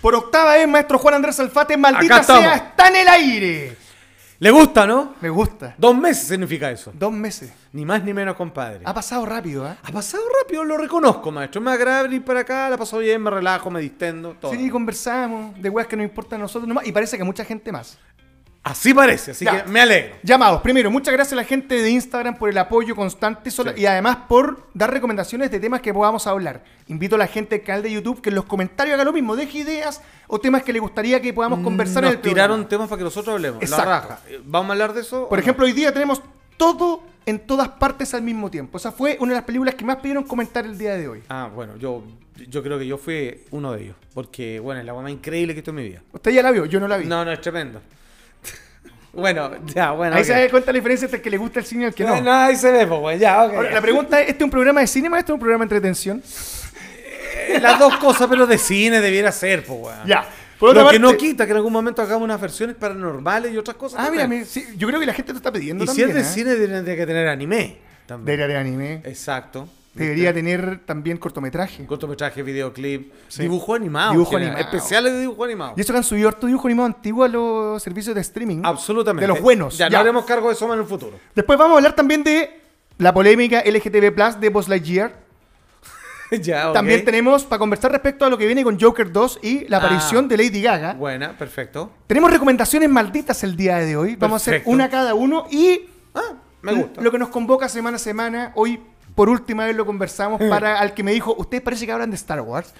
Por octava vez, maestro Juan Andrés Alfate, maldita Acá sea, estamos. está en el aire. Le gusta, ¿no? Me gusta. Dos meses significa eso. Dos meses. Ni más ni menos, compadre. Ha pasado rápido, ¿ah? Ha pasado rápido, lo reconozco, maestro. Me agrada venir para acá, la paso bien, me relajo, me distendo, todo. Sí, conversamos de weas que nos importan a nosotros nomás y parece que a mucha gente más. Así parece, así Ya. que me alegro. Llamados. Primero, muchas gracias a la gente de Instagram por el apoyo constante sola- Sí. y además por dar recomendaciones de temas que podamos hablar. Invito a la gente del canal de YouTube que en los comentarios haga lo mismo, deje ideas o temas que le gustaría que podamos conversar Mm, Nos en el tiraron programa. temas para que nosotros hablemos. Exacto. La raja. Eh, ¿Vamos a hablar de eso? Por o no? ejemplo, hoy día tenemos todo en todas partes al mismo tiempo. Esa fue una de las películas que más pidieron comentar el día de hoy. Ah, bueno, yo, yo creo que yo fui uno de ellos. Porque, bueno, es la más increíble que esto en mi vida. Usted ya la vio, yo no la vi. No, no, es tremendo. bueno, ya, bueno. Ahí ok. se da cuenta la diferencia entre el que le gusta el cine y el que no. Bueno, ahí se ve, pues, bueno, ya, ok. Ahora, la pregunta es, ¿este es un programa de cine, maestro, o un programa de entretención? Eh, Las dos cosas, pero de cine debiera ser, pues, weón. Ya. Por Lo otra parte- que no quita que en algún momento hagamos unas versiones paranormales y otras cosas. Ah, mira, también. mira, sí, yo creo que la gente lo está pidiendo Y si también. es de ¿eh? cine, eh, tendría que tener anime. También. Debería de anime. Exacto. eh, Debería tener también cortometraje. Cortometraje, videoclip, Sí. dibujo animado. Dibujo en general, animado. Especiales de dibujo animado. Y eso que han subido harto dibujo animado antiguo a los servicios de streaming. Absolutamente. De los buenos. Ya, ya. no haremos cargo de eso más en el futuro. Después vamos a hablar también de la polémica LGTB Plus de Buzz Lightyear. ya, ok. También tenemos, para conversar respecto a lo que viene con Joker 2 y la Ah. aparición de Lady Gaga. Buena, perfecto. Tenemos recomendaciones malditas el día de hoy. Vamos a hacer Perfecto. una cada uno y Ah, me gusta. lo que nos convoca semana a semana. Hoy, por última vez, lo conversamos Mm. para al que me dijo, ustedes parece que hablan de Star Wars.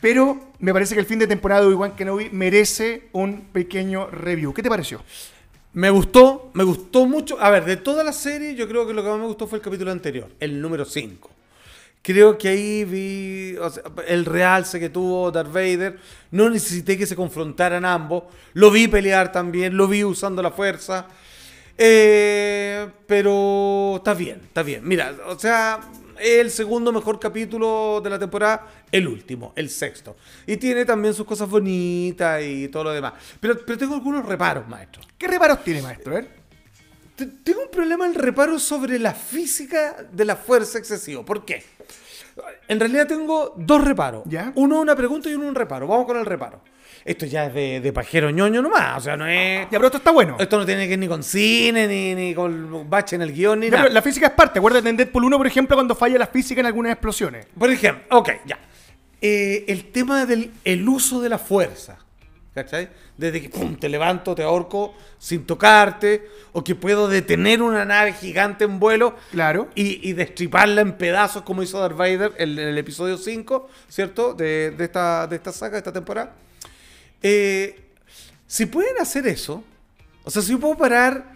Pero me parece que el fin de temporada de Obi-Wan Kenobi merece un pequeño review. ¿Qué te pareció? Me gustó, me gustó mucho. A ver, de toda la serie, yo creo que lo que más me gustó fue el capítulo anterior, el número 5. Creo que ahí vi o sea, el realce que tuvo Darth Vader. No necesité que se confrontaran ambos. Lo vi pelear también, lo vi usando la fuerza. Eh, pero está bien, está bien. Mira, o sea, es el segundo mejor capítulo de la temporada, el último, el sexto. Y tiene también sus cosas bonitas y todo lo demás. Pero, pero tengo algunos reparos, maestro. ¿Qué reparos tiene, maestro? A ver. Te- Tengo un problema en reparo sobre la física de la fuerza excesiva. ¿Por qué? En realidad tengo dos reparos. ¿Ya? Uno una pregunta y uno un reparo. Vamos con el reparo. Esto ya es de, de pajero ñoño nomás. O sea, no es. Ya, pero esto está bueno. Esto no tiene que ver ni con cine, ni, ni con bache en el guión, ni Ya, nada. pero la física es parte. Acuérdate en Deadpool 1, por ejemplo, cuando falla la física en algunas explosiones. Por ejemplo, ok, ya. Eh, el tema del el uso de la fuerza. ¿Cachai? Desde que pum, te levanto, te ahorco sin tocarte, o que puedo detener una nave gigante en vuelo Claro. y, y destriparla en pedazos como hizo Darth Vader en, en el episodio 5, ¿cierto? De, de esta, de esta saga, de esta temporada. Eh, si pueden hacer eso, o sea, si yo puedo parar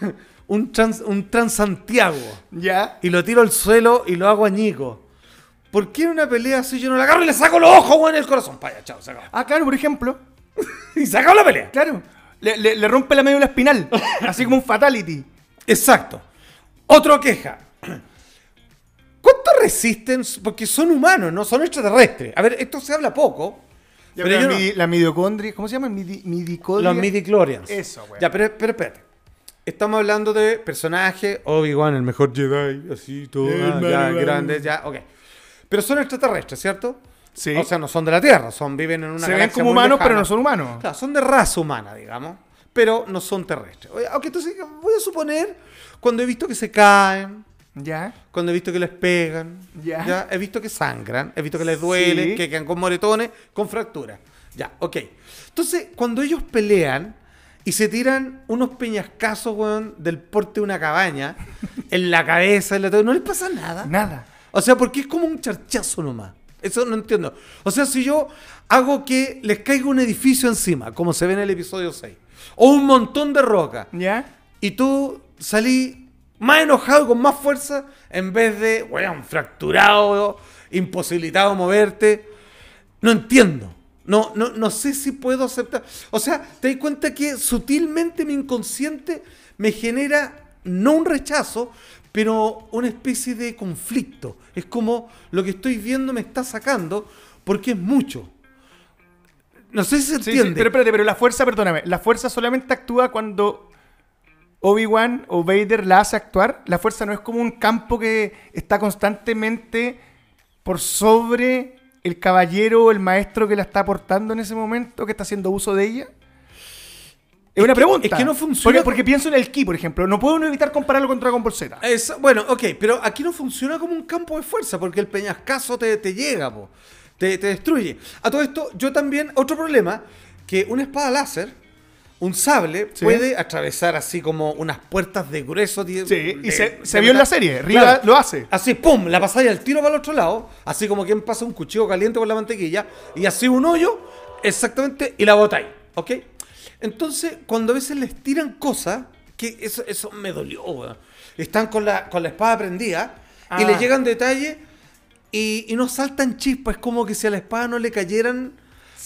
un, trans, un Transantiago Ya. y lo tiro al suelo y lo hago añico. ¿Por qué en una pelea así yo no la agarro y le saco los ojos, weón, en el corazón? Paya, chao, se acabó. Ah, claro, por ejemplo. Y se acabó la pelea. Claro. Le, le- le rompe la médula espinal. así como un fatality. Exacto. Otro queja. ¿Cuánto resisten? Porque son humanos, no son extraterrestres. A ver, esto se habla poco. Ya, pero pero yo la, no- midi- la midocondria, ¿cómo se llama? Midi, midicondria. Los midi chlorians. Eso, weón. Ya, pero, pero espérate. Estamos hablando de personaje Obi-Wan, el mejor Jedi, así, todo, El ah, ya, manual. grande, ya, ok. Pero son extraterrestres, ¿cierto? Sí. O sea, no son de la Tierra, son, viven en una Se ven galaxia como muy humanos, lejana. pero no son humanos. Claro, son de raza humana, digamos, pero no son terrestres. Oye, Aunque entonces voy a suponer, cuando he visto que se caen, Ya. cuando he visto que les pegan, Ya. he visto que sangran, he visto que les duele, Sí. que quedan con moretones, con fracturas. Ya, ok. Entonces, cuando ellos pelean y se tiran unos peñascazos, weón, del porte de una cabaña, en la cabeza, en la no les pasa nada. Nada. O sea, porque es como un charchazo nomás. Eso no entiendo. O sea, si yo hago que les caiga un edificio encima, como se ve en el episodio 6, o un montón de rocas, Ya. y tú salí más enojado, con más fuerza, en vez de, weón, fracturado, imposibilitado a moverte. No entiendo. No, no, no sé si puedo aceptar. O sea, te das cuenta que sutilmente mi inconsciente me genera no un rechazo, pero una especie de conflicto. Es como lo que estoy viendo me está sacando porque es mucho. No sé si se Sí, sí, entiende. pero espérate, pero la fuerza, perdóname, la fuerza solamente actúa cuando Obi-Wan o Vader la hace actuar. La fuerza no es como un campo que está constantemente por sobre el caballero o el maestro que la está aportando en ese momento, que está haciendo uso de ella? Es, una que- pregunta. es que no funciona- Porque, porque pienso en el ki, por ejemplo. No puedo evitar compararlo con Dragon Ball Z. Es- bueno, ok, pero aquí no funciona como un campo de fuerza, porque el peñascazo te, te llega, po. Te, te destruye. A todo esto, yo también, otro problema, que una espada láser, un sable, Sí. puede atravesar así como unas puertas de grueso. de- Sí, y de- se- de se vio en la metal. serie, Riva lo hace. Así, pum, la pasáis al tiro para el otro lado, así como quien pasa un cuchillo caliente con la mantequilla, y así un hoyo, exactamente, y la botáis, ¿ok? Entonces, cuando a veces les tiran cosas, que eso, eso me dolió, weón. Están con la, con la espada prendida, y Ah. le llegan detalles, y, y no saltan chispas, es como que si a la espada no le cayeran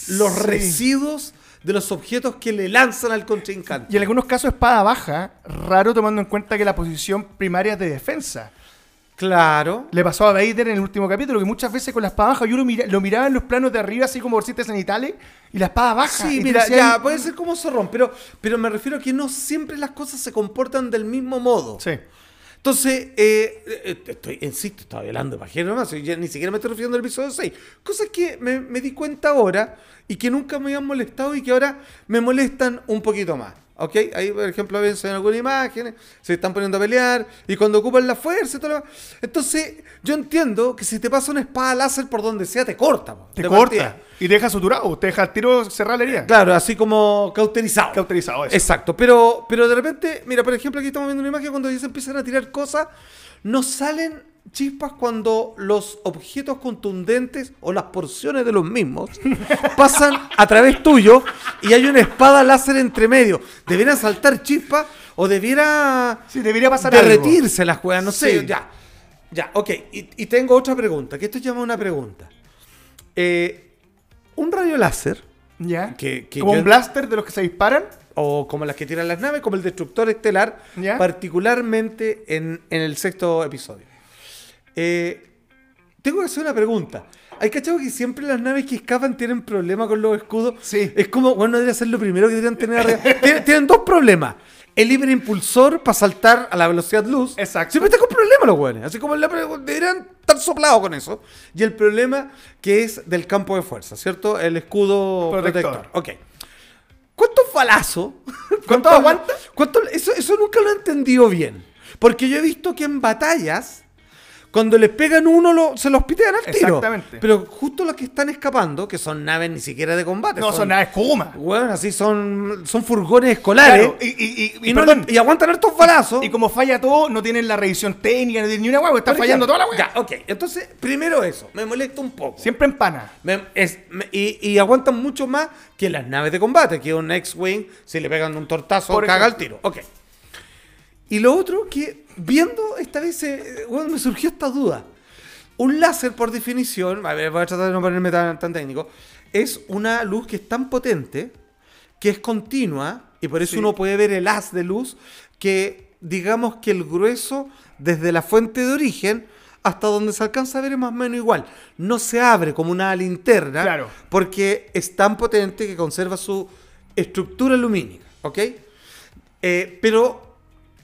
los Sí. residuos de los objetos que le lanzan al contrincante. Y en algunos casos espada baja, raro tomando en cuenta que la posición primaria es de defensa. Claro. Le pasó a Vader en el último capítulo que muchas veces con la espada baja yo lo, mira- lo miraba en los planos de arriba así como bolsitas sanitales y la espada baja. Ah, y Sí, tú mira, decías, ya, pues. puede ser como zorrón, pero, pero me refiero a que no siempre las cosas se comportan del mismo modo. Sí. Entonces, eh, eh, estoy, insisto, estaba hablando de pajero nomás, y ya ni siquiera me estoy refiriendo al episodio 6. Cosas que me, me di cuenta ahora y que nunca me habían molestado y que ahora me molestan un poquito más. ¿Ok? Ahí, por ejemplo, ven en algunas imágenes, se están poniendo a pelear y cuando ocupan la fuerza y todo lo demás. Entonces, yo entiendo que si te pasa una espada láser por donde sea, te corta. po, Te de corta partida. y te deja suturado, te deja el tiro cerrar la herida. Claro, así como cauterizado. Cauterizado, eso. Exacto, pero, pero de repente, mira, por ejemplo, aquí estamos viendo una imagen cuando ya se empiezan a tirar cosas, no salen chispas cuando los objetos contundentes o las porciones de los mismos pasan a través tuyo y hay una espada láser entre medio. Deberían saltar chispas o debiera Sí, debería pasar algo. derretirse las juegas, no sé, Sí. ya. Ya, ok. Y, y tengo otra pregunta, que esto llama una pregunta. Eh, un rayo láser ¿Ya? Que- que como yo- un blaster de los que se disparan. o como las que tiran las naves, como el destructor estelar, ¿Ya? particularmente en, en el sexto episodio. Eh, tengo que hacer una pregunta. ¿Hay cachado que siempre las naves que escapan tienen problemas con los escudos? Sí. Es como, bueno, debería ser lo primero que deberían tener arriba. tienen, tienen dos problemas. El impulsor para saltar a la velocidad luz. Exacto. Siempre está con problemas los güeyes. Así como la pre- deberían estar soplados con eso. Y el problema que es del campo de fuerza, ¿cierto? El escudo Protector. protector. Ok. ¿Cuántos balazos? ¿Cuánto aguanta? ¿Cuánto- eso, eso nunca lo he entendido bien. Porque yo he visto que en batallas, cuando les pegan uno, lo- se los pitean al tiro. Exactamente. Pero justo los que están escapando, que son naves ni siquiera de combate. No, son, nada de Kuma. Bueno, así son, son furgones escolares. Claro, y, y, y, y, no perdón, le- y aguantan hartos balazos. y como falla todo, no tienen la revisión técnica, no tienen ni una hueá, está Por fallando ejemplo, toda la hueá. Ya, ok. Entonces, primero eso. Me molesta un poco. Siempre en pana. Me- es- me- y, y aguantan mucho más que las naves de combate, que un X-Wing, si le pegan un tortazo, Por caga el ejemplo. tiro. Ok. Y lo otro que, viendo esta vez, eh, bueno, me surgió esta duda. Un láser, por definición, a ver, voy a tratar de no ponerme tan, tan técnico, es una luz que es tan potente, que es continua, y por eso Sí. uno puede ver el haz de luz, que digamos que el grueso, desde la fuente de origen hasta donde se alcanza a ver es más o menos igual. No se abre como una linterna, Claro. porque es tan potente que conserva su estructura lumínica, ¿ok? Eh, pero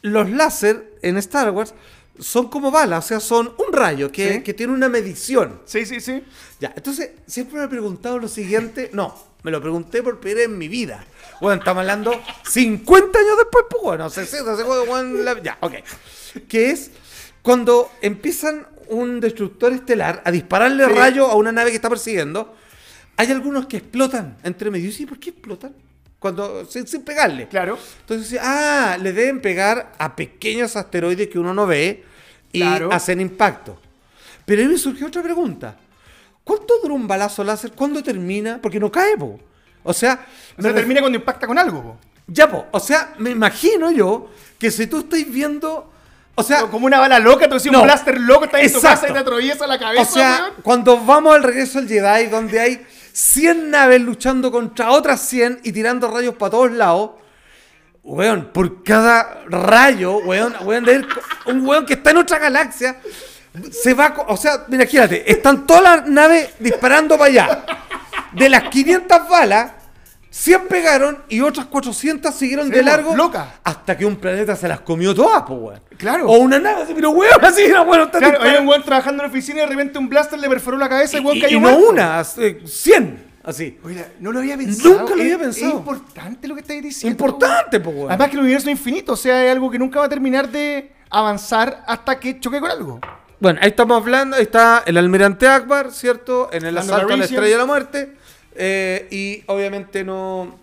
los láser en Star Wars son como balas, o sea, son un rayo que, Sí. que tiene una medición. Sí, sí, sí. Ya, entonces, siempre me he preguntado lo siguiente. No, me lo pregunté por primera vez en mi vida. Bueno, estamos hablando 50 años después, pues bueno, 60, se ya, ok. Que es cuando empiezan un destructor estelar a dispararle Sí. rayo a una nave que está persiguiendo. Hay algunos que explotan entre medio. Y sí, ¿por qué explotan? Cuando, sin, sin pegarle. Claro. Entonces, ah, le deben pegar a pequeños asteroides que uno no ve y Claro. hacen impacto. Pero ahí me surgió otra pregunta. ¿Cuánto dura un balazo láser? ¿Cuándo termina? Porque no cae, po. O sea, O sea, me ref- termina cuando impacta con algo. po. ya, po. O sea, me imagino yo que si tú estás viendo... O sea, O Como una bala loca, tú decís No. un blaster loco, está en tu Exacto. casa y te atraviesa la cabeza. O sea, weón. cuando vamos al regreso del Jedi, donde hay 100 naves luchando contra otras 100 y tirando rayos para todos lados, weón, por cada rayo, weón, weón, de haber co- un weón que está en otra galaxia, se va. co- O sea, mira, imagínate, están todas las naves disparando para allá. De las 500 balas, 100 pegaron y otras 400 siguieron Sí, de weón, largo. loca. Hasta hasta que un planeta se las comió todas, pues, weón. Claro. O una nave así, pero weón, así, no, weón, está Claro, hay disparando. un weón trabajando en la oficina y de repente un blaster le perforó la cabeza y, el weón Y- cayó y no muerto. una, eh, 100, así. Oiga, no lo había pensado. Nunca lo Es- había pensado. Es importante lo que estáis diciendo. Importante, pues, weón. weón. Además que el universo es infinito, o sea, es algo que nunca va a terminar de avanzar hasta que choque con algo. Bueno, ahí estamos hablando, ahí está el almirante Akbar, ¿cierto? En el Lando asalto a la Calrissian. estrella de la muerte. Eh, y obviamente no.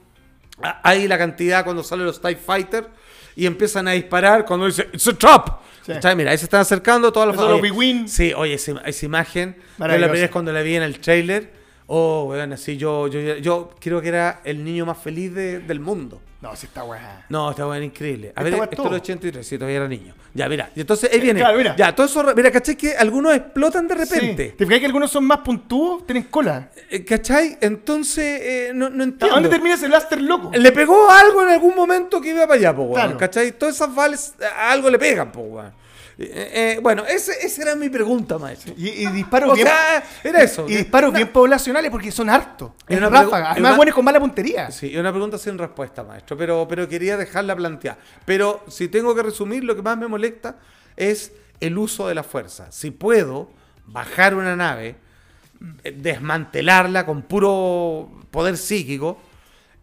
a- Hay la cantidad cuando salen los TIE Fighters y empiezan a disparar cuando dice It's a trap. Sí. ¿Cachai? Mira, ahí se están acercando todas las Eso, oye, los Big Win. Sí, oye, esa, esa imagen. Yo la Maravillosa. primera vez cuando la vi en el trailer. Oh, weón, así yo, yo, yo, yo creo que era el niño más feliz de- del mundo. No, si está weá. No, esta weá era increíble. A Esta ver, weá es esto es todo. Eh, el 83, si todavía era niño. Ya, mira. Y entonces ahí viene. Claro, mira. Ya, todo eso. re- Mira, ¿cachai? Que algunos explotan de Sí. repente. ¿Te fijas que algunos son más puntúos? Tienen cola. Eh, ¿Cachai? Entonces, eh, no, no ¿A entiendo. dónde termina ese blaster loco? Le pegó algo en algún momento que iba para allá, po, weón. Claro. ¿Cachai? Todas esas vales a algo le pegan, po, weón. Eh, eh, bueno, ese- esa era mi pregunta, maestro. Y, y disparos O bien. sea, era eso. y disparos bien poblacionales porque son hartos. En Es una pregu- ráfaga. es una- Además, buenos con mala puntería. Sí, es una pregunta sin respuesta, maestro, pero, pero quería dejarla planteada. Pero si tengo que resumir, lo que más me molesta es el uso de la fuerza. Si puedo bajar una nave, eh, desmantelarla con puro poder psíquico,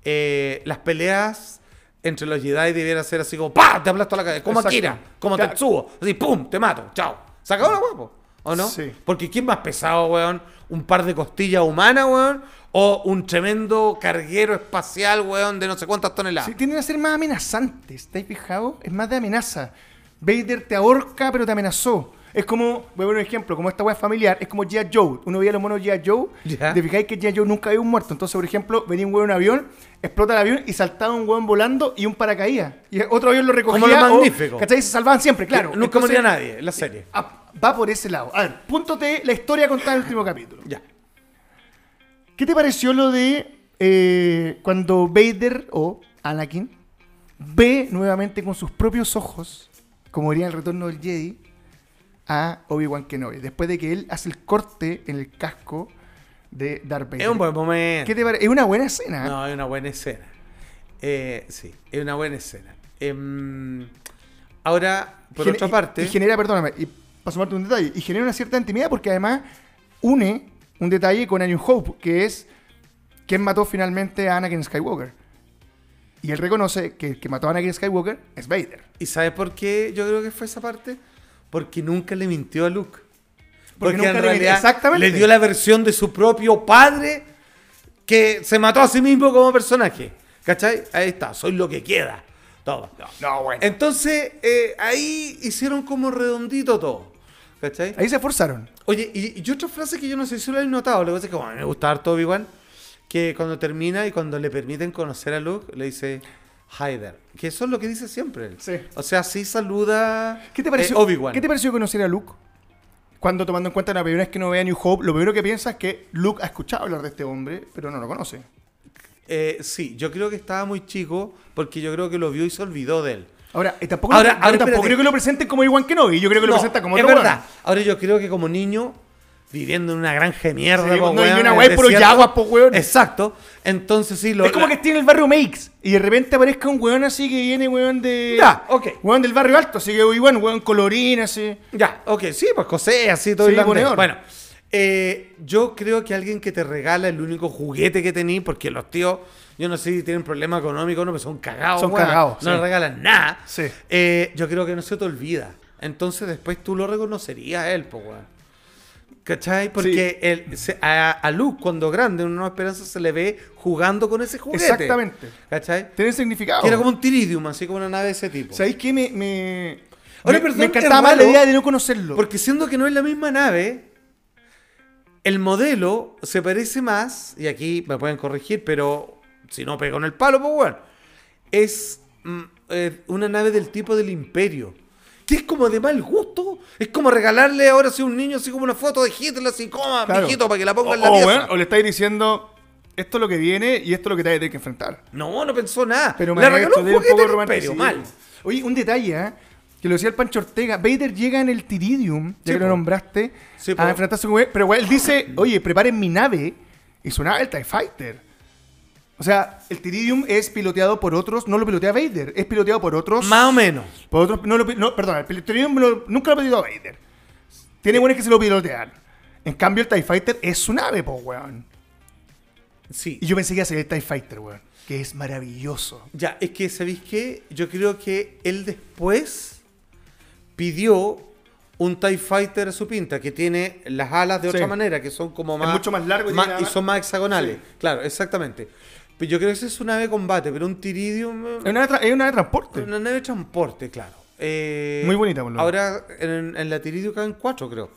eh, las peleas entre los Jedi debieran ser así como ¡Pah! Te aplasto la cabeza, como Exacto. Akira, como Claro. Tetsuo, así ¡pum! Te mato, chao. Se acabó la guapo, ¿o no? Sí. Porque ¿quién más pesado, weón? ¿Un par de costillas humanas, weón? ¿O un tremendo carguero espacial, weón, de no sé cuántas toneladas? Sí, tienden a ser más amenazantes, ¿estáis fijados? Es más de amenaza. Vader te ahorca, pero te amenazó. Es como, voy a poner un ejemplo, como esta weá familiar, es como G.I. Joe. Uno veía los monos G.I. Joe, Ya. te fijáis que G.I. Joe nunca había un muerto. Entonces, por ejemplo, venía un weón en un avión, explota el avión y saltaba un weón volando y un paracaídas. Y otro avión lo recogía. Como lo o- magnífico. ¿Cachai? Se salvaban siempre, claro. Que Nunca Entonces, moría nadie en la serie. a- Va por ese lado. A ver, punto de la historia contada en el último capítulo. Ya. ¿Qué te pareció lo de eh, cuando Vader o Anakin ve nuevamente con sus propios ojos, como diría en el retorno del Jedi, a Obi-Wan Kenobi? Después de que él hace el corte en el casco de Darth Vader. Es un buen momento. ¿Qué te pare- Es una buena escena. ¿eh? No, es una buena escena. Eh, sí, es una buena escena. Em, ahora, por Gen- otra y- parte. Y genera, perdóname, y para sumarte un detalle, y genera una cierta intimidad porque además une un detalle con A New Hope, que es quien mató finalmente a Anakin Skywalker. Y él reconoce que el que mató a Anakin Skywalker es Vader. ¿Y sabes por qué yo creo que fue esa parte? Porque nunca le mintió a Luke. Porque nunca le mintió, exactamente. le dio la versión de su propio padre que se mató a sí mismo como personaje. ¿Cachai? Ahí está, soy lo que queda. Toma. No, bueno. Entonces, eh, ahí hicieron como redondito todo. ¿Cachai? Ahí se esforzaron. Oye, y, y otra frase que yo no sé si lo habéis notado, lo que pasa es que bueno, me gusta harto Obi-Wan, que cuando termina y cuando le permiten conocer a Luke, le dice Hi there. Que eso es lo que dice siempre él. Sí. O sea, sí saluda ¿Qué te eh, pareció, Obi-Wan. ¿Qué te pareció conocer a Luke? Cuando tomando en cuenta la primera vez que no ve a New Hope, lo primero que piensa es que Luke ha escuchado hablar de este hombre, pero no lo conoce. Eh, sí, yo creo que estaba muy chico porque yo creo que lo vio y se olvidó de él. Ahora, eh, tampoco, Ahora- yo ahora, tampoco espérate. creo que lo presenten como Obi-Wan Kenobi, yo creo que lo No, presenta como es otro verdad. weón. Ahora yo creo que como niño, viviendo en una granja de mierda, Sí, po, no, y weón, una en weá el puro desierto. yagua, po, weón. Exacto. Entonces sí lo es como la- que esté en el barrio Makes y de repente aparezca un weón así que viene weón de. Ya, ok. Weón del barrio alto, así que Obi-Wan, weón colorín, así. Ya, ok, sí, pues José, así todo Sí, irlandés. ponedor. Bueno, eh, yo creo que alguien que te regala el único juguete que tení, porque los tíos, yo no sé si tienen problema económico o no, pero son cagados. Son weón. cagados, sí. No les regalan nada. Sí. Eh, yo creo que no se te olvida. Entonces después tú lo reconocerías a él, pues, weón. ¿Cachai? Porque él, se- a, a Luke, cuando grande, en Nueva Esperanza se le ve jugando con ese juguete. Exactamente. ¿Cachai? Tiene significado. Que era como un tiridium, así como una nave de ese tipo. ¿Sabéis qué? Me. Me, Ahora, me, perdón, me encantaba es más la raro, idea de no conocerlo. Porque siendo que no es la misma nave, el modelo se parece más, y aquí me pueden corregir, pero si no pego en el palo, pues bueno, es mm, eh, una nave del tipo del imperio. Que es como de mal gusto. Es como regalarle ahora sí a un niño así como una foto de Hitler así, coma, Claro. mijito, para que la ponga o, en la o, pieza. weón, o le estáis diciendo, esto es lo que viene y esto es lo que te vas a tener que enfrentar. No, no pensó nada. Pero me le da regaló esto, un tiene juguete del imperio, romanticismo. mal. Oye, un detalle, ¿eh? que lo decía el Pancho Ortega. Vader llega en el Tiridium, Sí, ya que lo po. nombraste, Sí, po. a enfrentarse con. Pero güey, él dice, oye, preparen mi nave. Y su nave el TIE Fighter. O sea, el Tiridium es piloteado por otros, no lo pilotea Vader, es piloteado por otros. Más o menos. Por otros no lo, pi- no, perdón, el Tiridium lo- nunca lo ha piloteado Vader. Tiene buenos que se lo pilotean. En cambio, el TIE Fighter es su nave, po, weón. Sí. Y yo pensé que iba a ser el TIE Fighter, weón. Que es maravilloso. Ya, es que, ¿sabéis qué? Yo creo que él después pidió un TIE Fighter a su pinta, que tiene las alas de Sí. otra manera, que son como más. mucho más largo y más- tiene y más- son más hexagonales. Sí. Claro, exactamente. Pero yo creo que esa es una nave de combate, pero un Tiridium. eh, Es una, nave tra- es una nave de transporte. Una nave de transporte, claro. Eh, Muy bonita, por lo menos. Ahora en, en la Tiridio caen cuatro, creo.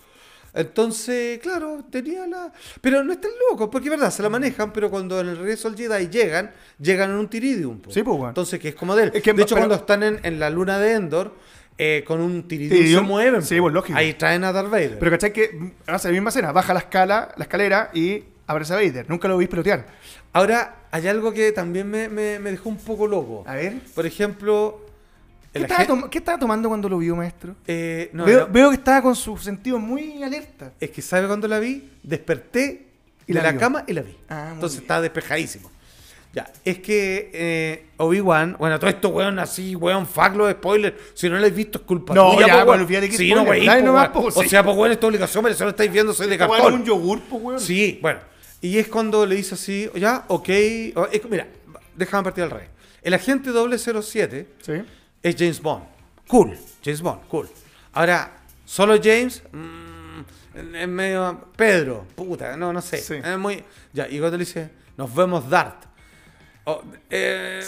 Entonces, claro, tenía la. Pero no están locos, porque es verdad, se la manejan, pero cuando en el regreso al Jedi llegan, llegan en un Tiridium. po. Sí, po, weón. Entonces, que es como de él. Es que- de hecho, pero- cuando están en, en la luna de Endor, eh, con un Tiridium, Tiridium, se mueven. sí, po. pues, lógico. Ahí traen a Darth Vader. Pero cachai que mm, hace la misma escena. Baja la escala, la escalera y abraza a Vader. Nunca lo vi pilotear. Ahora, hay algo que también me, me- me dejó un poco loco. A ver. Por ejemplo. ¿Qué el estaba, agen- tom- qué estaba tomando cuando lo vio, maestro? eh, no, veo, no. veo que estaba con sus sentidos muy alerta. Es que sabe cuando la vi, desperté Y de la la vio. cama y la vi. Ah, muy Entonces bien. estaba despejadísimo. Ya, es que eh, Obi-Wan, bueno, todo esto, weón, así, weón, faclo de spoiler. Si no lo habéis visto, es culpa No, tuya, ya, po, weón, weón. olvídate que Sí, spoiler, no, weón, dale po, nomás, weón. po, O sí. sea, pues, weón, esta obligación, pero si no lo estáis viendo, soy de Esta weá era un cartón. yogur, po, weón. Sí, bueno. Y es cuando le dice así, ya, ok. o- es que, mira, déjame partir al rey. El agente 007 Sí. es James Bond. Cool, James Bond, cool. Ahora, solo James, mm, es medio Pedro, puta, no, no sé. Sí. Es muy, ya, y cuando le dice, nos vemos Dart. Oh, eh,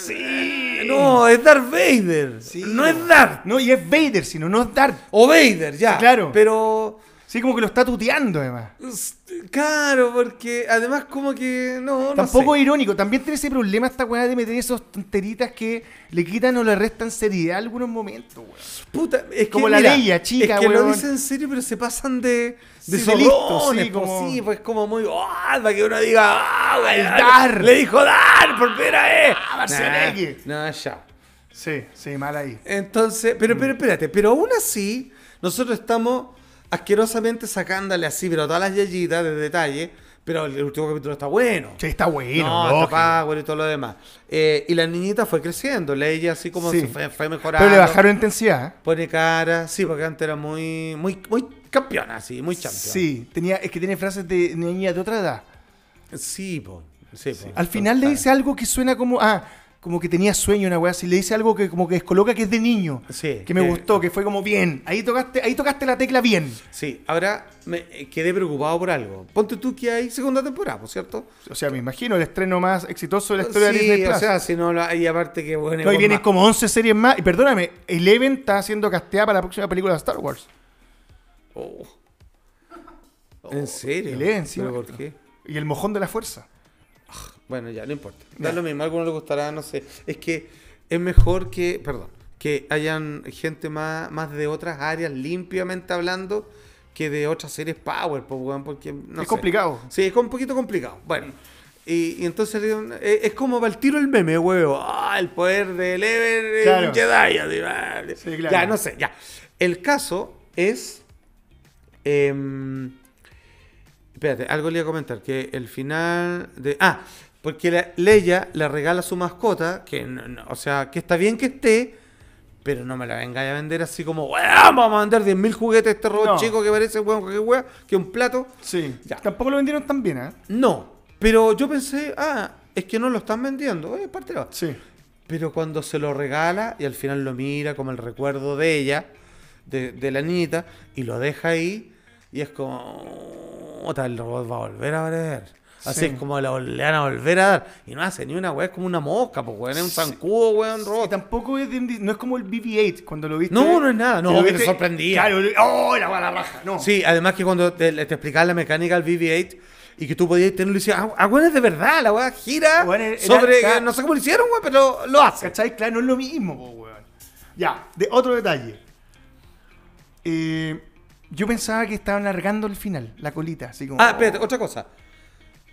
No, es Darth Vader. No es Dart. No, y es Vader, sino no es Darth. O Vader, ya. Sí, claro. Pero, Sí, como que lo está tuteando, además. s- claro, porque además como que, no, no Tampoco sé. es irónico. También tiene ese problema esta weá de meter esas tonteritas que le quitan o le restan seriedad a algunos momentos, weón. Puta, es que, Como la mira, Leia, chica, Es que lo weón. dicen en serio, pero se pasan de, de Sí, de listo, zorrones, sí, po, como- sí, pues como muy. ¡Ah! Para que uno diga. ¡Ah! weón, Dar. Le dijo Dar por primera vez. ¡Ah! Schwarzenegger. No, ya. Sí, sí, mal ahí. Entonces, pero, pero espérate, pero aún así, nosotros estamos asquerosamente sacándole así, pero todas las yayitas de detalle. Pero el último capítulo está bueno. Sí, está bueno. No, lógico. está Power y todo lo demás. Eh, y la niñita fue creciendo, ella así como Sí. se fue, fue mejorando. Pero le bajaron intensidad. ¿eh? Pone cara, sí, porque antes era muy, muy, muy campeona, sí, muy champion. Sí, tenía, es que tiene frases de niña de otra edad. Sí, po. Sí, po. Al final le dice algo que suena como. Ah, como que tenía sueño una weá así. Le dice algo que como que descoloca que es de niño. Sí, Que me que- gustó, que fue como bien. Ahí tocaste, ahí tocaste la tecla bien. Sí, ahora me eh, quedé preocupado por algo. Ponte tú que hay segunda temporada, ¿por cierto? O sea, me imagino el estreno más exitoso de la historia de sí, Disney o Plus. sea, si no, la- y aparte que bueno. No, y igual vienen más. como 11 series más. Y perdóname, Eleven está siendo casteada para la próxima película de Star Wars. Oh. ¿En serio? y lee encima. ¿Pero por qué? Y el mojón de la fuerza. Bueno, ya, no importa. Da lo mismo, a algunos les gustará, no sé. Es que es mejor que, perdón, que hayan gente más, más de otras áreas limpiamente hablando que de otras series Power, po, weón, porque no es sé. complicado. Sí, es un poquito complicado. Bueno. Y, y entonces eh, es, como va el tiro el meme, huevo. Ah, el poder del Ever Claro. Jedi. así, ah, Sí, claro. Ya, no sé, ya. El caso es. em, espérate, algo le iba a comentar. Que el final de. Ah, porque la- Leia le regala su mascota. Que no- no, o sea, que está bien que esté. Pero no me la venga a vender así como, "Weón, vamos a vender 10.000 juguetes a este robot No. chico que parece, weón, que weón, que un plato. Sí. Ya. Tampoco lo vendieron tan bien, ¿eh? No, pero yo pensé, ah, es que no lo están vendiendo, eh, parte va. Sí. Pero cuando se lo regala y al final lo mira como el recuerdo de ella, de, de la niñita, y lo deja ahí, y es como, "Ota, el robot va a volver a valer. Así Sí. es como la, vol- le van a volver a dar. Y no hace ni una weá, es como una mosca, pues weón, es un zancudo, weón, Y robot. tampoco es, de un di- no es como el BB-8 cuando lo viste. No, no es nada. No, que lo que viste- te sorprendía. Claro, ¡oh, la bala raja! No. Sí, además que cuando te, te explicaban la mecánica del BB-8 y que tú podías tenerlo y decías, ah, ah, weón, es de verdad, la weá gira Weón, era- sobre, era- no sé cómo lo hicieron, weón, pero lo hace. ¿Cachai? Claro, no es lo mismo, po, weón. Ya, de otro detalle. Eh, yo pensaba que estaban largando el final, la colita, así como. Ah, espérate, otra cosa.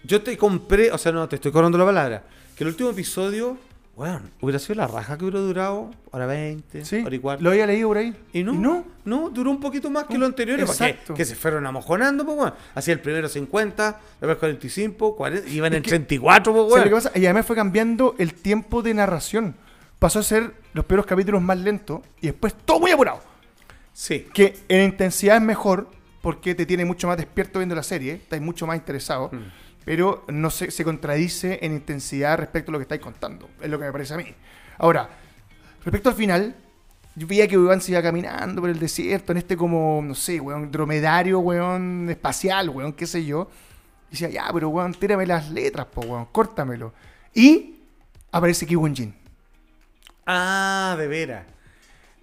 Yo te compré, o sea, no, te estoy corriendo la palabra, que el último episodio, weón, Bueno, hubiera sido la raja que hubiera durado, hora 20, Sí, hora y cuarto. lo había leído por ahí. Y no, no. Oh, no, duró un poquito más que lo anterior. Exacto. Porque, que se fueron amojonando, pues, weón. Hacía el primero 50, después 45, 40, iban en 34, pues, O sea, lo weón. que pasa- y además fue cambiando el tiempo de narración. Pasó a ser los primeros capítulos más lentos y después todo muy apurado. Sí. Que en intensidad es mejor porque te tiene mucho más despierto viendo la serie, estáis mucho más interesado, Hmm. pero no se, se contradice en intensidad respecto a lo que estáis contando. Es lo que me parece a mí. Ahora, respecto al final, yo veía que Iván se iba caminando por el desierto en este como, no sé, weón, dromedario, weón, espacial, weón, qué sé yo. Y decía, ya, pero weón, tírame las letras, po, weón, córtamelo. Y aparece Kiwon Jin. Ah, de veras.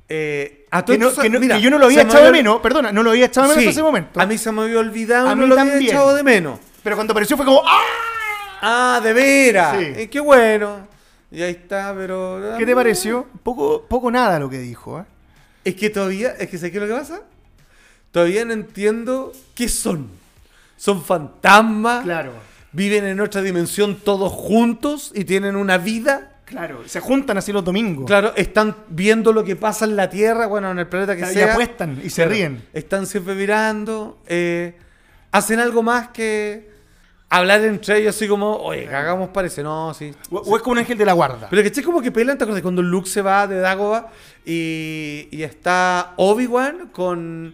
Eh, a todo Que, no- esto- que no- mira, que yo no lo había se me echado de había- menos, perdona, no lo había echado de menos Sí, hasta ese momento. A mí se me había olvidado, A no mí lo había también. echado de menos. Pero cuando apareció fue como ¡Ah! Ah, de veras. Sí. Eh, qué bueno. Y ahí está, pero. ah, ¿Qué te pareció? Poco, poco nada lo que dijo, ¿eh? Es que todavía, es que ¿sabes qué es lo que pasa? Todavía no entiendo qué son. Son fantasmas. Viven en otra dimensión todos juntos y tienen una vida. claro. Se juntan así los domingos. Claro, están viendo lo que pasa en la Tierra, bueno, en el planeta que Y sea. apuestan y se Claro, ríen. Están siempre mirando. eh, hacen algo más que hablar entre ellos, así como, oye, cagamos, parece. No, sí. O, o es como un ángel de la guarda. Pero que che, como que pelan, ¿te acuerdas? Cuando Luke se va de Dagobah y, y está Obi-Wan con.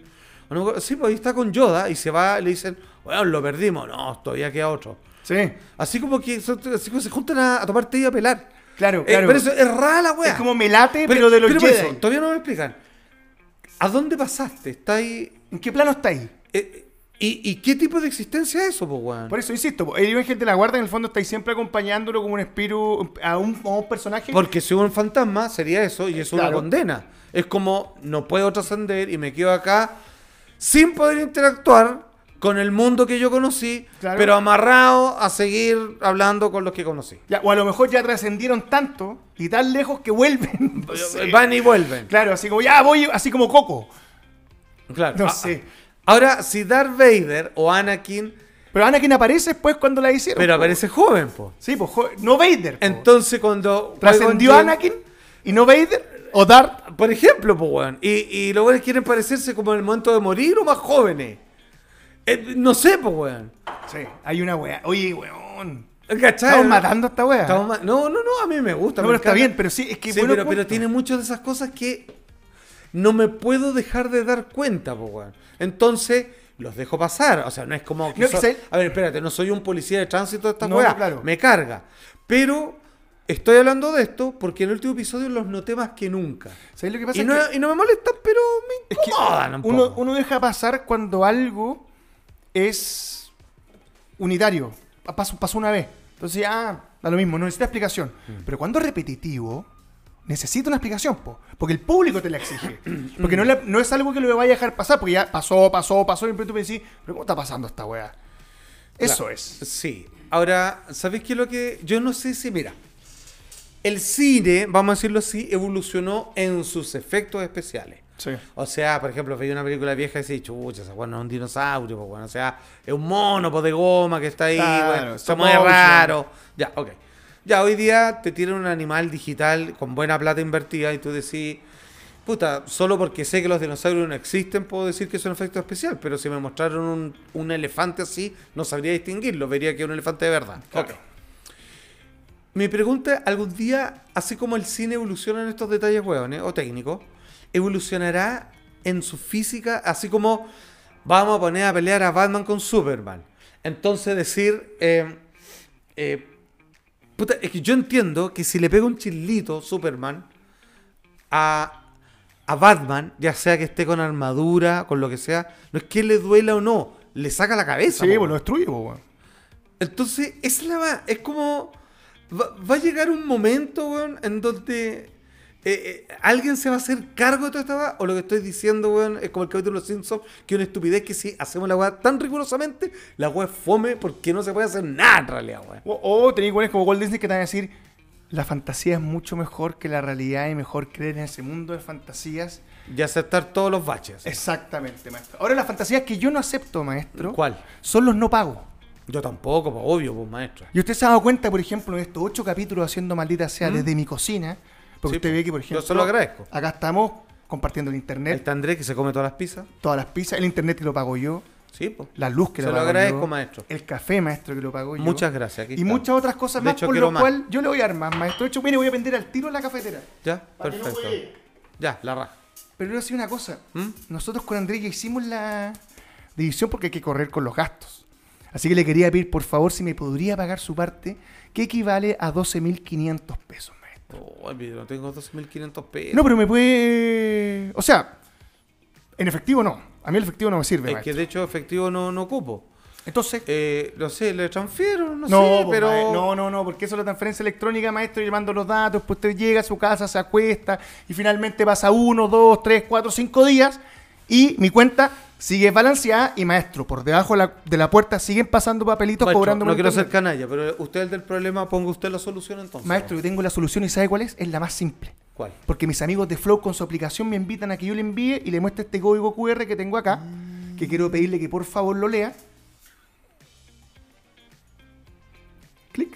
no me acuerdo- sí, pues ahí está con Yoda y se va y le dicen, bueno, lo perdimos. No, todavía queda otro. sí. Así como que son- así como se juntan a, a tomar té y a pelar. Claro, Eh, claro. pero eso es rara la wea. es como melate, pero, de los por Jedi. eso, todavía no me explican. ¿A dónde pasaste? ¿Está ahí? ¿En qué plano está ahí? eh, y, y qué tipo de existencia es eso, pues, weón? Por eso insisto, po, el ángel de la guarda en el fondo está ahí siempre acompañándolo como un espíritu a un, a un personaje. Porque si hubo un fantasma sería eso y es una Claro. condena. Es como no puedo trascender y me quedo acá sin poder interactuar con el mundo que yo conocí, Claro. pero amarrado a seguir hablando con los que conocí. Ya, o a lo mejor ya trascendieron tanto y tan lejos que vuelven. No sé. Eh, Van y vuelven. Claro, así como ya voy, así como Coco. Claro. No Ah, sé. ah. Ahora, si Darth Vader o Anakin, Pero Anakin aparece después cuando la hicieron. pero po. aparece joven, po. Sí, pues jo- no Vader. po. Entonces cuando ¿Trascendió Qui-Gon Jinn- Anakin y no Vader? ¿O Darth? Por ejemplo, pues, weón. Y, y los weones quieren parecerse como en el momento de morir o más jóvenes. Eh, no sé, pues, weón. Sí, hay una wea. Oye, weón. ¿Cachai? Estamos ¿no? matando a esta wea. Estamos ma- no, no, no, a mí me gusta. No, me pero está encanta. bien, pero sí, es que Sí, bueno, pero, pero punto. tiene muchas de esas cosas que no me puedo dejar de dar cuenta, po, weón. Entonces, los dejo pasar. O sea, no es como. que No, que so- se- A ver, espérate, no soy un policía de tránsito de esta No, weá. claro. Me carga. Pero estoy hablando de esto porque en el último episodio los noté más que nunca. ¿Sabes lo que pasa? Y Es no, que- y no me molestan, pero me es que incomodan un uno, poco. uno deja pasar cuando algo es unitario. Pa- Pasó, pasó una vez. Entonces, ah, da lo mismo, no necesita explicación. Mm. Pero cuando es repetitivo, necesita una explicación, po. porque el público te la exige. Porque no, la- Mm. no es algo que lo vaya a dejar pasar, porque ya pasó, pasó, pasó, y de repente tú me decís, pero ¿cómo está pasando esta wea? Eso Claro. es. Sí. Ahora, ¿sabes qué es lo que.? Yo no sé si, mira. El cine, vamos a decirlo así, evolucionó en sus efectos especiales. Sí. O sea, por ejemplo, veía una película vieja y decía, chucha, esa weá no es un dinosaurio, pues, weón. o sea, es un mono pues, de goma que está ahí, Claro, weón, se stop mueve motion. raro. Ya, ok. Ya, hoy día te tiran un animal digital con buena plata invertida y tú decís, puta, solo porque sé que los dinosaurios no existen puedo decir que es un efecto especial, pero si me mostraron un, un elefante así, no sabría distinguirlo, vería que es un elefante de verdad. Claro. Ok. Mi pregunta, algún día, así como el cine evoluciona en estos detalles hueones o técnicos, evolucionará en su física, así como vamos a poner a pelear a Batman con Superman. Entonces decir, eh, eh, puta, es que yo entiendo que si le pega un chilito Superman a, a Batman, ya sea que esté con armadura, con lo que sea, no es que le duela o no, le saca la cabeza. Sí, po, pues lo destruye, po, weón. entonces, es la va- es como va, va a llegar un momento, weón, en donde eh, eh, alguien se va a hacer cargo de toda esta va- o lo que estoy diciendo, weón, es como el capítulo de los Simpsons, que es una estupidez que si hacemos la weá tan rigurosamente, la weá es fome porque no se puede hacer nada en realidad, weón. O, o tenéis güeyes como Walt Disney que te van a decir, la fantasía es mucho mejor que la realidad y mejor creer en ese mundo de fantasías. Y aceptar todos los baches. Exactamente, maestro. Ahora las fantasías que yo no acepto, maestro, ¿Cuál? son los no pagos. Yo tampoco, pues, obvio, pues, maestra. Y usted se ha dado cuenta, por ejemplo, en estos ocho capítulos haciendo maldita sea desde mi cocina, porque Mm. Sí, usted po. ve que, por Yo ejemplo, se lo agradezco. acá estamos compartiendo el Ahí internet, está Andrés que se come todas las pizzas. todas las pizzas, el internet que lo pago yo, Sí, pues. la luz que Se la lo pago agradezco, yo, maestro. el café, maestro, que lo pago yo. Muchas gracias. aquí Y está. muchas otras cosas De más, hecho, por quiero lo más. cual yo le voy a armar, maestro. De hecho, mire, voy a vender al tiro la cafetera. Ya, Para que no perfecto. juegue. ya, la raja. Pero le voy a decir una cosa. ¿Mm? Nosotros con Andrés ya hicimos la división porque hay que correr con los gastos. Así que le quería pedir, por favor, si me podría pagar su parte, que equivale a 12.500 pesos, maestro. Oh, pero no tengo 12.500 pesos. No, pero me puede... O sea, en efectivo no. A mí el efectivo no me sirve, es que maestro. de hecho efectivo no, no ocupo. Entonces... Eh, no sé, le transfiero, No, no, sé, po, pero. maestro, no, no, no, porque eso es la transferencia electrónica, maestro, y le mando los datos, pues usted llega a su casa, se acuesta, y finalmente pasa uno, dos, tres, cuatro, cinco días, y mi cuenta sigue balanceada, y maestro, por debajo de la, de la puerta siguen pasando papelitos Maestro, cobrando. no por quiero ser internet. canalla, pero usted es el del problema, ponga usted la solución entonces. Maestro, yo tengo la solución, ¿y sabe cuál es? Es la más simple. ¿Cuál? Porque mis amigos de Flow con su aplicación me invitan a que yo le envíe y le muestre este código QR que tengo acá, que quiero pedirle que por favor lo lea. Clic.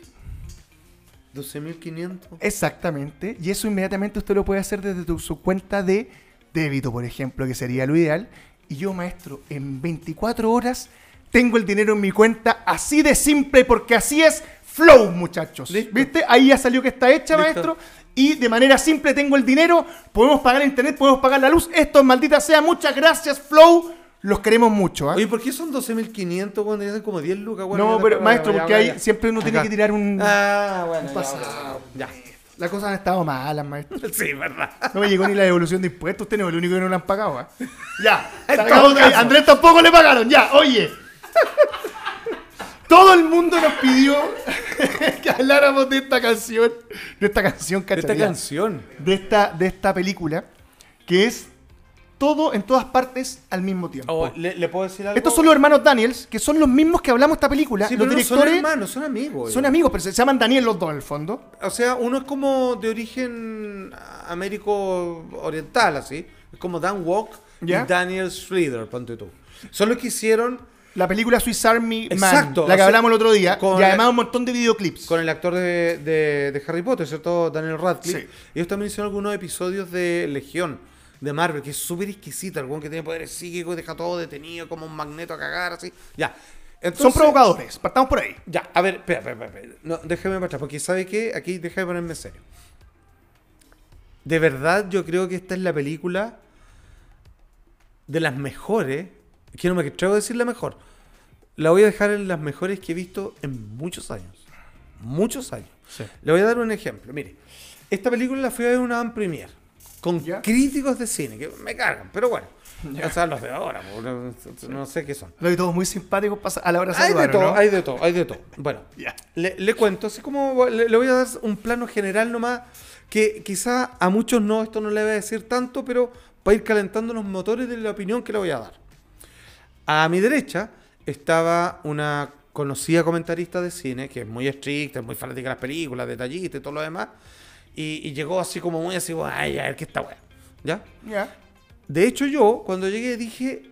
Eh, 12.500. Exactamente. Y eso inmediatamente usted lo puede hacer desde tu- su cuenta de débito, por ejemplo, que sería lo ideal. Y yo, maestro, en 24 horas tengo el dinero en mi cuenta así de simple, porque así es Flow, muchachos. Listo. ¿Viste? Ahí ya salió que está hecha, Listo. maestro. Y de manera simple tengo el dinero, podemos pagar el internet, podemos pagar la luz. Esto, maldita sea, muchas gracias, Flow. Los queremos mucho. ¿ah? Oye, ¿por qué son 12.500 cuando dicen como 10 lucas? Bueno, no, ya pero te- maestro, ya, porque ya, hay, ya. siempre uno tiene Acá. que tirar un... Ah, bueno, pasado. ya. bueno, Las cosas han estado malas, maestro. ya. Sí, verdad. No me llegó ni la devolución de impuestos, usted no es el único que no le han pagado, ¿ah? Ya, En sacamos todo que caso. Andrés tampoco le pagaron, ya, oye. Todo el mundo nos pidió que habláramos de esta canción, de esta canción, Esta cacharía, canción. de esta, de esta película, que es todo en todas partes al mismo tiempo. Oh, ¿le, le puedo decir algo? Estos son los hermanos Daniels, que son los mismos que hablamos de esta película. Sí, pero los no directores son son, hermanos, son amigos. ellos. amigos, pero se, se llaman Daniel los dos en el fondo. O sea, uno es como de origen américo oriental, así. Es como Dan Walk ¿Ya? y Daniel Schrader, ponte tú. Son los que hicieron La película Swiss Army Man, Exacto, la que o sea, hablamos el otro día, con y la- además un montón de videoclips. con el actor de, de- de Harry Potter, ¿cierto? Daniel Radcliffe. Sí. Ellos también hicieron algunos episodios de Legión, de Marvel, que es súper exquisita. El weón que tiene poderes psíquicos y deja todo detenido como un magneto a cagar, así. Ya. Son Entonces- provocadores, partamos por ahí. Ya, a ver, espera, espera, espera, espera. No, déjame para atrás, porque ¿sabe qué? Aquí déjame ponerme serio. De verdad, yo creo que esta es la película de las mejores. Que no me atrevo a decir la mejor. La voy a dejar en las mejores que he visto en muchos años. Muchos años. Le voy a dar un ejemplo. Mire, esta película la fui a ver en una van premier con ¿Ya? críticos de cine, que me cargan, pero bueno. O sea, los de ahora, po, no- no sé qué son. Lo vi todos muy simpáticos pas- a la hora de Hay de saludar, todo, ¿no? hay de todo, hay de todo. Bueno, Ya. le, le cuento, así como le, le voy a dar un plano general nomás, que quizá a muchos no, esto no le voy a decir tanto, pero para ir calentando los motores de la opinión que le voy a dar. A mi derecha estaba una conocida comentarista de cine, que es muy estricta, es muy fanática de las películas, detallista y todo lo demás, y, y llegó así como muy así, ay, a ver qué está bueno, ¿ya? Ya. De hecho, yo cuando llegué dije,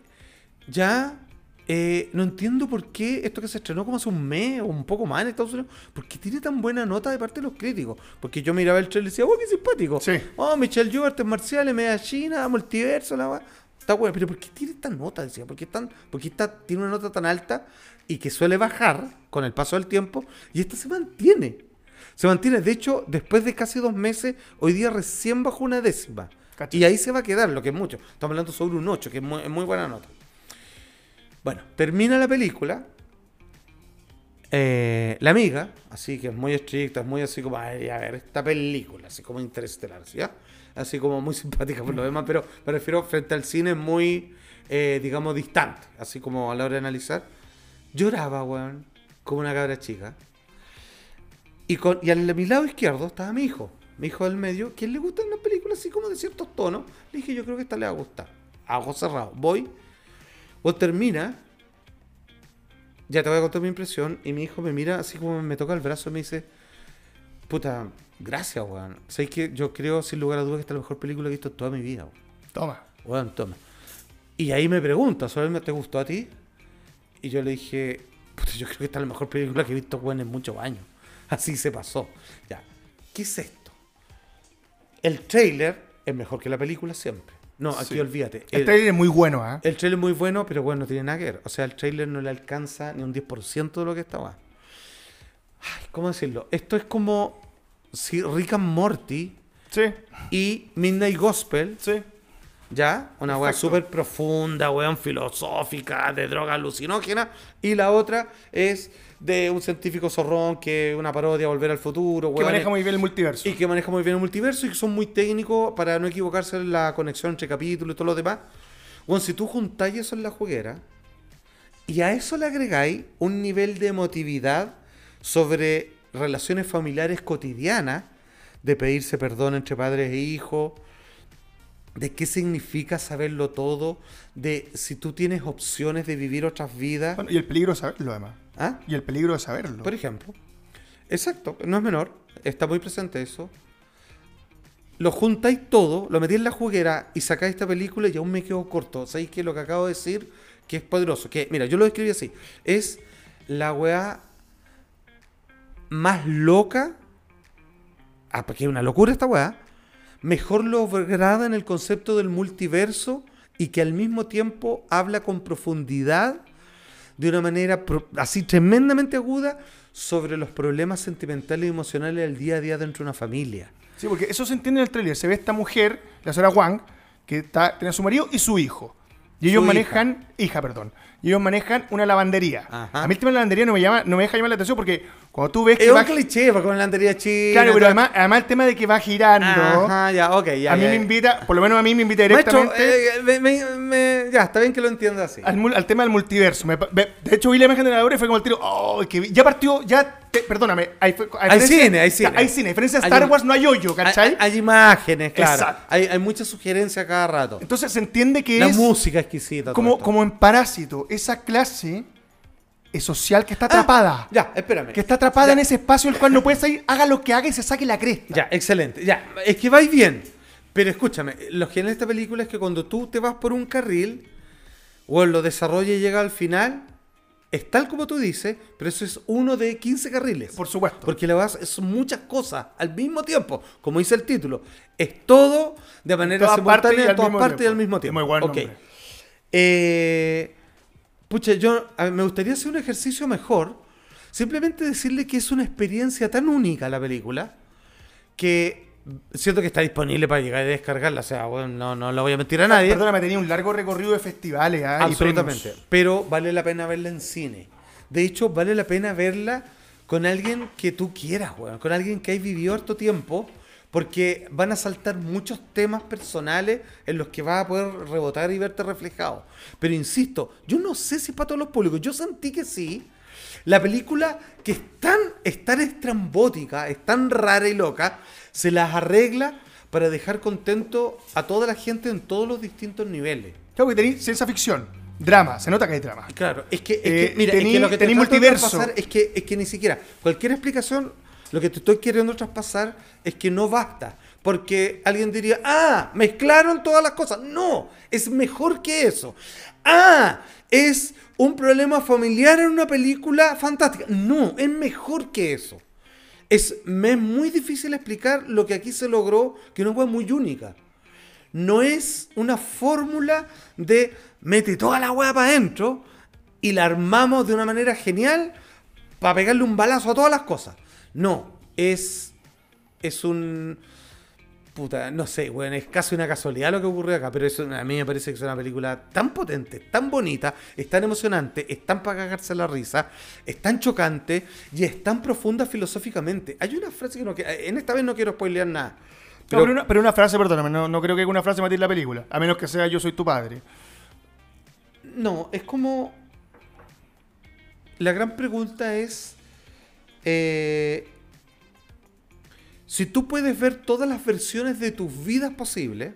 ya eh, no entiendo por qué esto que se estrenó como hace un mes o un poco más en Estados Unidos, ¿por qué tiene tan buena nota de parte de los críticos? Porque yo miraba el trailer y decía, ¡oh, qué simpático! Sí. Oh, Michelle Yeoh, artes marciales, media china, multiverso, la wea. Está bueno, pero ¿por qué tiene esta nota? Decía, ¿por qué, tan, por qué esta tiene una nota tan alta y que suele bajar con el paso del tiempo y esta se mantiene? Se mantiene, de hecho, después de casi dos meses, hoy día recién bajó una décima. Cacha. Y ahí se va a quedar, lo que es mucho. Estamos hablando sobre un 8, que es muy, es muy buena nota. Bueno, termina la película. Eh, la amiga, así que es muy estricta, es muy así como, "Ay, a ver, esta película, así como interestelar, ¿sí? ah? Así como muy simpática por lo demás, pero me refiero frente al cine muy, eh, digamos, distante, así como a la hora de analizar. Lloraba, weón, como una cabra chica. Y, con, y a mi lado izquierdo estaba mi hijo, mi hijo del medio, que le gustan las películas así como de ciertos tonos. Le dije, yo creo que esta le va a gustar. A ojos cerrados, voy, vos termina, ya te voy a contar mi impresión, y mi hijo me mira así como me toca el brazo y me dice, puta, gracias, weón. Sabes que yo creo, sin lugar a dudas, que esta es la mejor película que he visto en toda mi vida, weón. Toma. Weón, toma. Y ahí me pregunta, ¿sobre te gustó a ti? Y yo le dije, Puta, yo creo que esta es la mejor película que he visto weón, en muchos años. Así se pasó. Ya. ¿Qué es esto? El trailer es mejor que la película siempre. No, aquí Sí. Este olvídate. El trailer es muy bueno, ¿ah? El trailer es muy bueno, pero bueno, no tiene nada que ver. O sea, el trailer no le alcanza ni un 10% de lo que estaba. Ay, ¿cómo decirlo? Esto es como si Rick and Morty Sí, y Midnight Gospel, sí. ¿ya? Una weá Exacto. súper profunda, weón, filosófica, de droga alucinógena. Y la otra es de un científico zorrón que una parodia, Volver al Futuro, Que weón. maneja muy bien el multiverso. eh, Y que maneja muy bien el multiverso y que son muy técnicos para no equivocarse en la conexión entre capítulos y todo lo demás. Bueno, si tú juntáis eso en la juguera y a eso le agregáis un nivel de emotividad sobre relaciones familiares cotidianas, de pedirse perdón entre padres e hijos, de qué significa saberlo todo, de si tú tienes opciones de vivir otras vidas. Bueno, y el peligro de saberlo, además. ¿Ah? Y el peligro de saberlo. Por ejemplo. Exacto, no es menor. Está muy presente eso. Lo juntáis todo, lo metí en la juguera y sacáis esta película y aún me quedo corto. ¿Sabéis que lo que acabo de decir que es poderoso? Que, mira, yo lo describí así. Es la weá más loca. Ah, porque es una locura esta weá. Mejor lograda en el concepto del multiverso y que al mismo tiempo habla con profundidad de una manera pro- así tremendamente aguda sobre los problemas sentimentales y emocionales del día a día dentro de una familia. Sí, porque eso se entiende en el tráiler. Se ve esta mujer, la señora Wang, que está, tiene a su marido y su hijo. Y ellos Su hija. manejan, hija. perdón, y ellos manejan una lavandería. Ajá. A mí el tema de la lavandería no me, llama, no me deja llamar la atención porque cuando tú ves que Es va... un cliché para con la anterior china. Claro, pero todo- además, además el tema de que va girando, Ajá, ya, ok, ya. a mí ya, me ya. invita, por lo menos a mí me invita directamente... Maestro, eh, me- me- me- ya, está bien que lo entienda así. al, mul- al tema del multiverso. Me pa- me- de hecho, vi la imagen de la obra y fue como el tiro. ¡Oh! que vi- ya partió, ya. te- perdóname. Hay, fue- a Hay diferencia- cine, hay cine. Hay cine. A diferencia de Hay Star un- Wars, no hay hoyo, ¿cachai? Hay, hay imágenes, claro. Exacto. Hay, hay muchas sugerencias cada rato. Entonces se entiende que La es. música exquisita. todo como, esto. como en Parásito, esa clase es social que está Ah, atrapada. Ya, espérame. Que está atrapada Ya. en ese espacio el cual no puede salir, haga lo que haga y se saque la cresta. Ya, excelente. Ya, es que vais bien. Pero escúchame, lo genial de esta película es que cuando tú te vas por un carril, o lo desarrolla y llega al final, es tal como tú dices, pero eso es uno de 15 carriles. Por supuesto. Porque le vas, es muchas cosas al mismo tiempo, como dice el título. Es todo de manera todas partes y simultánea en al todas mismo partes y tiempo. al mismo tiempo. Muy buen Ok. nombre. Eh, pucha, yo a ver, me gustaría hacer un ejercicio mejor. Simplemente decirle que es una experiencia tan única la película que siento que está disponible para llegar y descargarla. O sea, bueno, no, no la voy a mentir a nadie. Perdóname, tenía un largo recorrido de festivales. ah, y Absolutamente. premios. Pero vale la pena verla en cine. De hecho, vale la pena verla con alguien que tú quieras, weón. Con alguien que hay vivido harto tiempo. Porque van a saltar muchos temas personales en los que vas a poder rebotar y verte reflejado. Pero insisto, yo no sé si es para todos los públicos. Yo sentí que sí. La película que es tan, es tan estrambótica, es tan rara y loca, se las arregla para dejar contento a toda la gente en todos los distintos niveles. Claro que tenéis ciencia ficción, drama. Se nota que hay drama. Claro, es que, es Eh, que mira, es tení- que lo que te tení trato de multiverso. traspasar es que, es que ni siquiera cualquier explicación, lo que te estoy queriendo traspasar es que no basta. Porque alguien diría, ah, mezclaron todas las cosas. No, es mejor que eso. Ah, es un problema familiar en una película fantástica. No, es mejor que eso. Es, me es muy difícil explicar lo que aquí se logró, que no fue muy única no es una fórmula de mete toda la hueá para adentro y la armamos de una manera genial para pegarle un balazo a todas las cosas. No, es. Es un. Puta, no sé, weón, es casi una casualidad lo que ocurrió acá, pero es una- a mí me parece que es una película tan potente, tan bonita, es tan emocionante, es tan para cagarse la risa, es tan chocante y es tan profunda filosóficamente. Hay una frase que no. que- En esta vez no quiero spoilear nada. No, Pero, una, pero una frase, perdóname, no, no creo que una frase matiz la película. A menos que sea Yo soy tu padre. No, es como. La gran pregunta es. eh, si tú puedes ver todas las versiones de tus vidas posibles,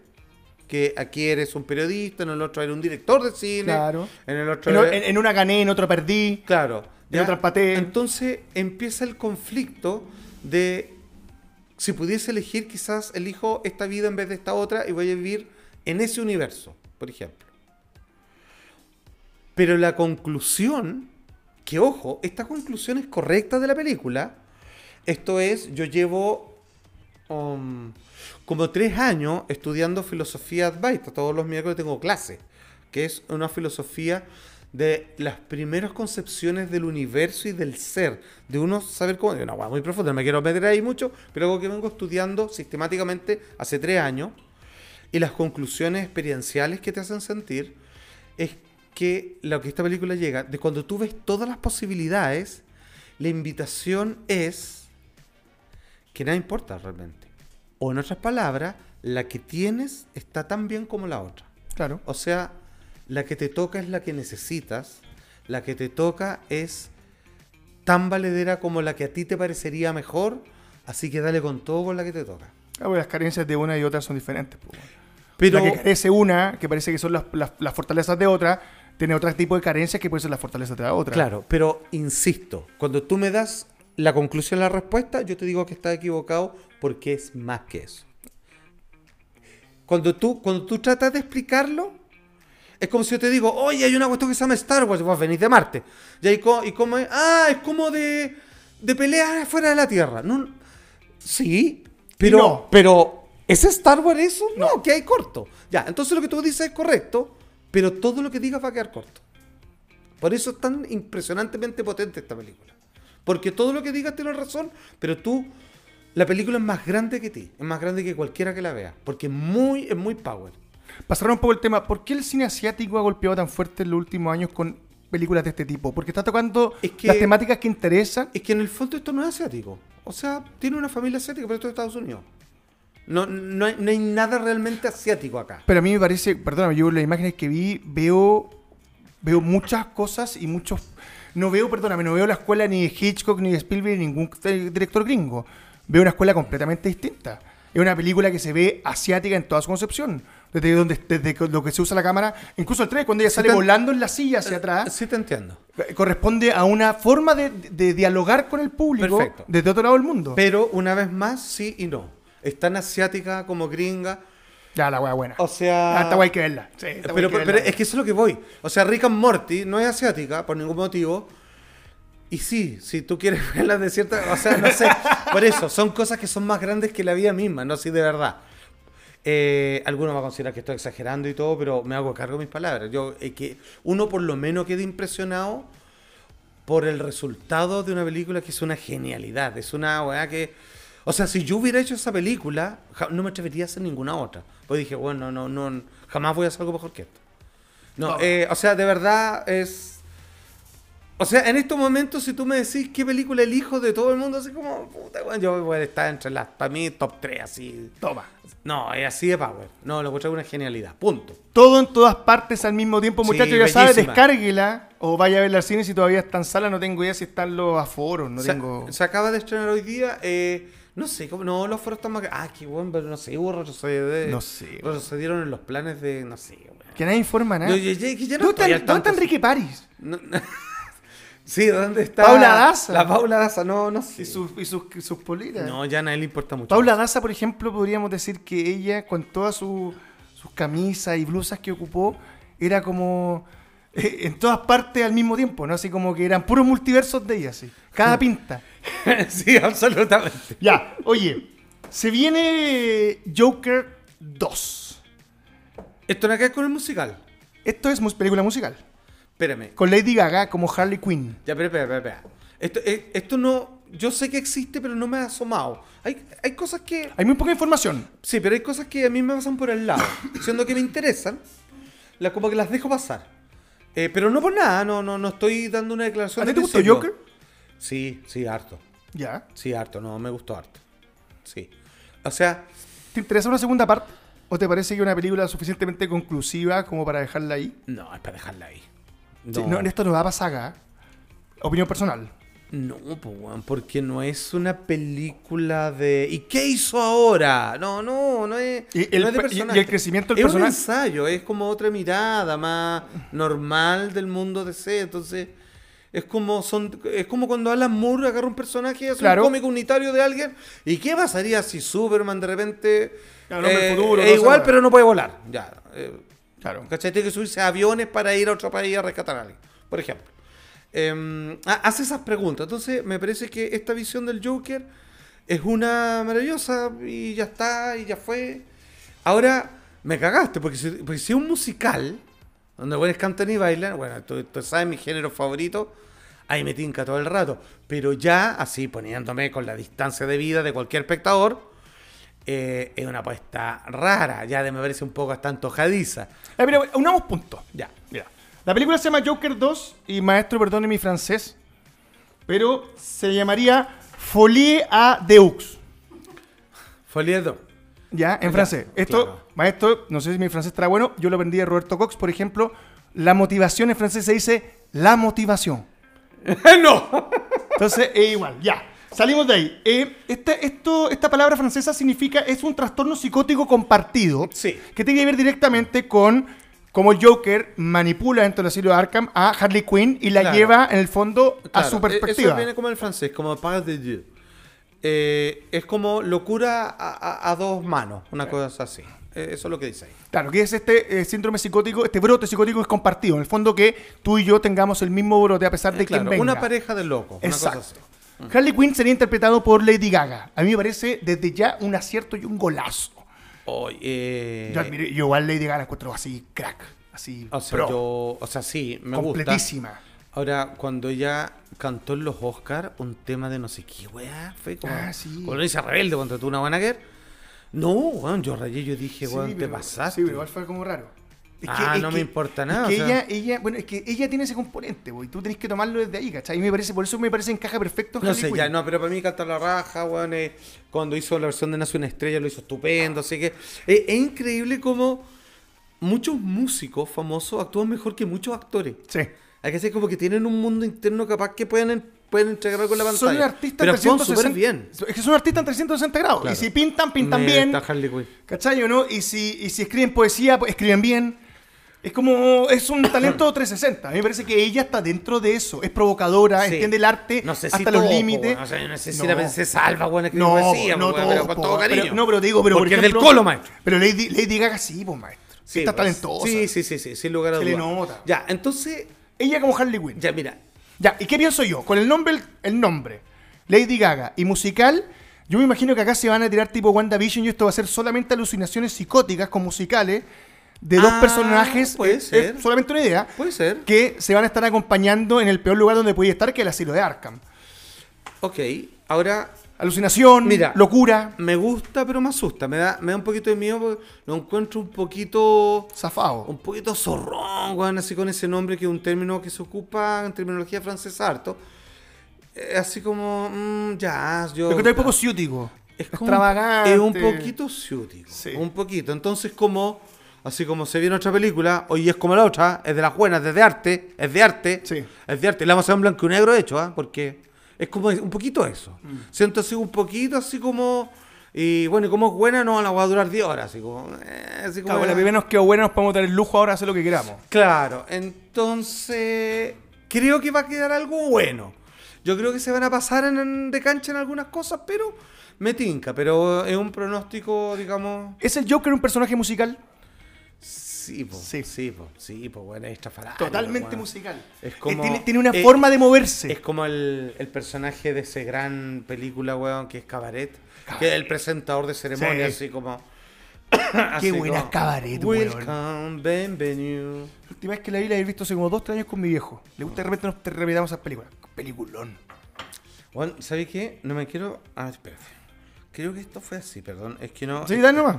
que aquí eres un periodista, en el otro eres un director de cine, Claro. en el otro En, eres- en- en una gané, en otra perdí. Claro. En otras pateé. Entonces empieza el conflicto de si pudiese elegir, quizás elijo esta vida en vez de esta otra y voy a vivir en ese universo, por ejemplo. Pero la conclusión, Que ojo, esta conclusión es correcta de la película. Esto es, yo llevo um, como tres años estudiando filosofía Advaita. Todos los miércoles tengo clase, que es una filosofía de las primeras concepciones del universo y del ser, de uno saber cómo, de una hueá muy profunda, no me quiero meter ahí mucho, pero algo que vengo estudiando sistemáticamente hace tres años, y las conclusiones experienciales que te hacen sentir, es que lo que esta película llega, de cuando tú ves todas las posibilidades, la invitación es que nada importa realmente. O en otras palabras, la que tienes está tan bien como la otra. Claro. O sea, la que te toca es la que necesitas, la que te toca es tan valedera como la que a ti te parecería mejor, así que dale con todo con la que te toca. Ah, bueno, las carencias de una y otra son diferentes. pues, bueno. Pero eh, La que carece una, que parece que son las, las- las fortalezas de otra, tiene otro tipo de carencias que pueden ser las fortalezas de la otra. Claro, pero insisto, cuando tú me das la conclusión, la respuesta, yo te digo que estás equivocado porque es más que eso. Cuando tú, cuando tú tratas de explicarlo, es como si yo te digo, oye, hay una cuestión que se llama Star Wars, vos venís de Marte. Y, ahí co- y como, es? ah, es como de, de peleas afuera de la Tierra. No, sí, pero, no. pero ¿es Star Wars eso? No, que hay corto. Ya, entonces lo que tú dices es correcto, pero todo lo que digas va a quedar corto. Por eso es tan impresionantemente potente esta película. Porque todo lo que digas tiene razón, pero tú, la película es más grande que ti, es más grande que cualquiera que la vea, porque es muy, es muy power. Pasar un poco el tema, ¿por qué el cine asiático ha golpeado tan fuerte en los últimos años con películas de este tipo? Porque está tocando Es que- las temáticas que interesan. Es que en el fondo esto no es asiático. O sea, tiene una familia asiática, pero esto es Estados Unidos. No, no, hay, no hay nada realmente asiático acá. Pero a mí me parece, perdóname, yo las imágenes que vi veo, veo muchas cosas y muchos... No veo, perdóname, no veo la escuela ni de Hitchcock, ni de Spielberg, ni ningún eh, director gringo. Veo una escuela completamente distinta. Es una película que se ve asiática en toda su concepción. Desde, donde, desde que- lo que se usa la cámara, incluso el 3, cuando ella sale tan- volando en la silla hacia atrás, Sí te entiendo. eh, corresponde a una forma de, de dialogar con el público Perfecto. desde otro lado del mundo. Pero una vez más, sí y no. Es tan asiática como gringa. ya, la wea buena. O sea... Ah, esta wea hay que verla. Sí, esta wea hay Eh, Pero, que pero- verla. pero es que eso es lo que voy. O sea, Rick and Morty no es asiática por ningún motivo. Y sí, si tú quieres verla de cierta. O sea, no sé. Por eso, son cosas que son más grandes que la vida misma, no sí, de verdad. Eh, algunos van a considerar que estoy exagerando y todo, pero me hago cargo de mis palabras. Yo, eh, que uno por lo menos quede impresionado por el resultado de una película que es una genialidad. Es una weá que. O sea, si yo hubiera hecho esa película, ja- no me atrevería a hacer ninguna otra. Pues dije, bueno, no, no, jamás voy a hacer algo mejor que esto. No. No, eh, o sea, de verdad es. O sea, en estos momentos, si tú me decís qué película elijo de todo el mundo, así como, puta, weón, yo voy a estar entre las, para mí, top 3, así. Toma. No, es así de power. No, lo encuentro una genialidad. Punto. todo en todas partes al mismo tiempo, Sí, muchachos. ya sabes, bellísima. descárguela o vaya a verla al cine si todavía está en sala. No tengo idea si están los aforos, no se, tengo. se acaba de estrenar hoy día. eh, no sé, cómo, no, los foros están más. Ah, qué bueno, pero no sé, hubo retrocede- No sé, ¿Eh? bueno. Retrocedieron en los planes de. No sé, bueno. Que nadie informa nada. Yo- yo- yo- que ya no ¿Dónde está- estoy al ¿Dónde está tanto. Enrique París? No- sí, ¿dónde está? Paula Daza. La Paula Daza, no, no sé. Y sus, y sus, y sus politas. No, ya a nadie le importa mucho. Paula Daza, por ejemplo, podríamos decir que ella, con todas su- sus camisas y blusas que ocupó, era como. eh, en todas partes al mismo tiempo, ¿no? Así como que eran puros multiversos de ella, así. Cada pinta. sí, absolutamente. Ya, oye, se viene Joker 2. Esto no queda con el musical. Esto es mus- película musical. Espérame. Con Lady Gaga como Harley Quinn. Ya, pero espera, espera, espera. Esto, eh, esto no. Yo sé que existe, pero no me ha asomado. Hay, hay cosas que. Hay muy poca información. Sí, pero hay cosas que a mí me pasan por el lado, siendo que me interesan, las como que las dejo pasar. Eh, pero no por nada, no, no, no estoy dando una declaración. ¿A ti de te gustó principio. Joker? Sí, sí, harto. Ya. Sí, harto, no, me gustó harto. Sí. O sea, ¿Te interesa una segunda parte? ¿O te parece que una película suficientemente conclusiva como para dejarla ahí? no, es para dejarla ahí. No, Sí, No, en esto no da para saga. ¿ah? Opinión personal. no, pues, weón, porque no es una película de. ¿Y qué hizo ahora? No, no, no es. Y el no es de pe- y- personaje. y el crecimiento del es personaje. un ensayo, es como otra mirada más normal del mundo DC. Entonces, es como son es como cuando Alan Moore agarra un personaje, hace Claro. un cómic unitario de alguien. ¿Y qué pasaría si Superman de repente. eh, Claro, hombre, el futuro, es no sé, igual, weón. pero no puede volar. Ya. eh, Claro. ¿Cachai? Tiene que subirse a aviones para ir a otro país a rescatar a alguien, por ejemplo. em, ha- hace esas preguntas. Entonces, me parece que esta visión del Joker es una maravillosa y ya está, y ya fue. Ahora, me cagaste, porque si, porque si es un musical, donde buenos cantan y bailan, bueno, tú, tú sabes mi género favorito, ahí me tinca todo el rato. Pero ya, así, poniéndome con la distancia de vida de cualquier espectador, eh, es una apuesta rara, ya de me parece un poco hasta antojadiza. Ya, Eh, mira, unamos puntos. Ya. Mira, la película se llama Joker 2 y maestro, perdone mi francés, pero se llamaría Folie à Deux. Folieto. Ya, en francés. Esto, claro. maestro, no sé si mi francés estará bueno, yo lo aprendí de Roberto Cox, por ejemplo, la motivación en francés se dice la motivación. ¡No! Entonces, es igual, ya. Salimos de ahí. Eh, esta, esto, esta palabra francesa significa, es un trastorno psicótico compartido Sí. que tiene que ver directamente con cómo el Joker manipula dentro del asilo de Arkham a Harley Quinn y la Claro. lleva, en el fondo, a su Claro, e- Eso perspectiva. viene como el francés, como pas de Dieu. Eh, es como locura a, a- a dos manos, una cosa así. Eh, eso es lo que dice ahí. Claro, que es este eh, síndrome picótico, este brote psicótico es compartido. En el fondo que tú y yo tengamos el mismo brote a pesar de Eh, claro, que venga. una pareja de locos, una cosa Exacto. así. Harley Quinn sería interpretado por Lady Gaga. A mí me parece desde ya un acierto y un golazo. Oye, eh, Ah, Yo, admiré- yo igual Lady Gaga la encuentro así crack, así o sea, pro, yo- o sea, sí, me gusta. completísima. Ahora, cuando ella cantó en los Oscars un tema de no sé qué, weá, fue como Ah, sí. Colonia Rebelde contra tú una buena guerra. No, weón, yo rayé, yo dije, weón, Sí, te pero- pasaste. Sí, pero igual fue como raro. Ah, no me importa nada, Es que o sea. ella, ella, bueno, es que ella tiene ese componente, bo, y tú tenés que tomarlo desde ahí, ¿cachai? Y me parece, por eso me parece encaja perfecto. No Harley sé, ya Quinn. no, pero para mí Canta la Raja, weón, eh, cuando hizo la versión de Nace una Estrella lo hizo estupendo, así que eh, es increíble como muchos músicos famosos actúan mejor que muchos actores. Sí. Hay que decir como que tienen un mundo interno capaz que pueden, en- pueden entregar con la pantalla. Son un artista pero en actúan 360 súper bien. Es que son artistas en 360 grados. Claro. Y si pintan, pintan Me bien. está Harley Quinn. ¿Cachai o no? Y si, y si escriben poesía, pues, escriben bien. Es como, es un talento 360. A mí me parece que ella está dentro de eso. Es provocadora, Sí. Ah, entiende el arte No sé si hasta los todos, po, límites. weón. O sea, yo no sé si No. la pensé salva, weón, que No, decía, no weón, todos, pero con po, todo pero- cariño. no, pero digo, pero por Porque es ejemplo- del colo, maestro. Pero Lady, Lady Gaga sí, pues, maestro. Sí, está pues, talentosa. Sí, sí, sí, sí, sin lugar a Se le dudas. nota. Ya, entonces, Ella como Harley Quinn. Ya. ya mira, ¿y qué pienso yo? Con el nombre, el, el nombre, Lady Gaga y musical, yo me imagino que acá se van a tirar tipo WandaVision y esto va a ser solamente alucinaciones psicóticas con musicales de dos Ah, personajes. puede Es- ser. es solamente una idea. puede ser. que se van a estar acompañando en el peor lugar donde podía estar, que el asilo de Arkham. Ok, ahora Alucinación, Mira. locura, me gusta, pero me asusta. Me da, me da un poquito de miedo porque lo encuentro un poquito. zafado. Un poquito zorrón, weón, así con ese nombre que es un término que se ocupa en terminología francesa harto. Eh, así como, mm, ya, yo. Lo que un poco ciútico. es como- extravagante. Es un poquito ciútico. Sí. Un poquito. Entonces, como. Así como se vio en otra película, hoy es como la otra, es de las buenas, es de arte, es de arte, Sí. es de arte. La vamos a hacer en blanco y negro, de hecho, ¿ah? porque es como un poquito eso. Mm. Siento así un poquito, así como. Y bueno, y como es buena, no, la voy a durar 10 horas, así como. eh, así como Claro, la eh. primera nos quedó buena, nos podemos dar el lujo ahora de hacer lo que queramos. Claro, entonces creo que va a quedar algo bueno. Yo creo que se van a pasar en- en- de cancha en algunas cosas, pero me tinca. Pero es un pronóstico, digamos. ¿Es el Joker un personaje musical? Sí, po, Sí. sí, sí, po, sí, po, bueno, es estrafalario, Totalmente weón. musical. Es Eh, como- tiene, tiene una eh, forma de moverse. Es como el, el personaje de esa gran película, weón, que es Cabaret, que es el presentador de ceremonias, Sí. así como. Qué buena Cabaret, weón. Welcome, bienvenido. La última vez que la vi la he visto hace como dos, tres años con mi viejo. Le gusta de repente nos te repitamos esas películas. Peliculón. Bueno, ¿sabes qué? No me quiero. Ah, espérate. Creo que esto fue así, perdón. Es que no. Ah, Sí, dale nomás.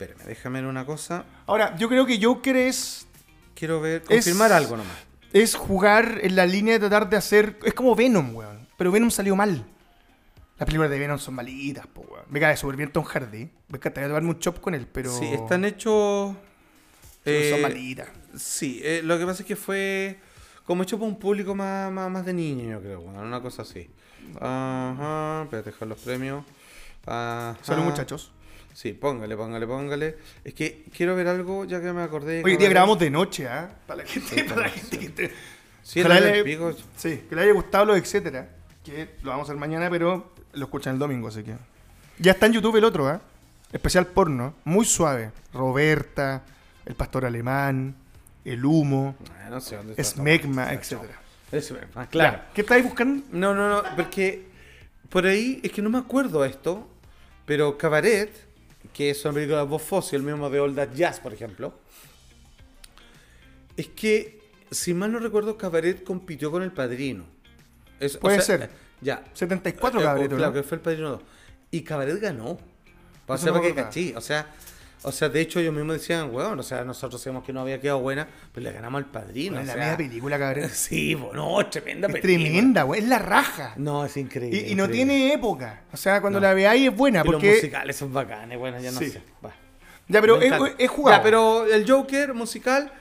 Espérame, déjame ver una cosa. Ahora, yo creo que Joker es Quiero ver. Confirmar algo nomás. es jugar en la línea de tratar de hacer. Es como Venom, weón. Pero Venom salió mal. Las películas de Venom son malitas, po, weón. Me cae súper bien Tom Hardy. Me encantaría tomarme un chop con él, pero. Sí, están hechos. pero eh, son malitas. sí, eh, lo que pasa es que fue como hecho por un público más, más, más de niño, yo creo. Bueno, una cosa así. Ajá, espérate, dejar los premios. Ajá. Salud, muchachos. Sí, póngale, póngale, póngale. Es que quiero ver algo ya que me acordé. Hoy que día me- grabamos de noche, ¿ah? Para la gente, Sí, para la sí. gente que esté- Sí, Ojalá el le- pico. Sí, que le haya gustado los etcétera. Que lo vamos a hacer mañana, pero lo escuchan el domingo, así que. Ya está en YouTube el otro, ¿ah? Especial porno. Muy suave. Roberta, El Pastor Alemán, El Humo. Ah, no sé dónde está esta Smegma, weá. etcétera. Eso, ah, claro. Ya, ¿Qué estáis buscando? No, no, no, porque por ahí es que no me acuerdo esto, pero Cabaret, que son películas de voz fósil, el mismo de Old That Jazz, por ejemplo, es que, si mal no recuerdo, Cabaret compitió con El Padrino. Es- o Puede sea, ser. Ya. 74 Eh, Cabaret, Claro, ¿no? que fue El Padrino 2. Y Cabaret ganó. O Eso no sea, para que acordaba. cachí, o sea... O sea, de hecho ellos mismos decían, weón, o sea, nosotros decíamos que no había quedado buena, pero le ganamos al padrino. Bueno, o la sea, media película, Cabaret. Sí, bo, no, es tremenda Es película. tremenda, güey. Es la raja. No, es increíble. Y, y no increíble. tiene época. O sea, cuando No. la veáis es buena. Y Porque. los musicales son bacanes, bueno, ya no Sí. sé. va. Ya, pero Me es, encanta. es jugado. Ya, pero el Joker musical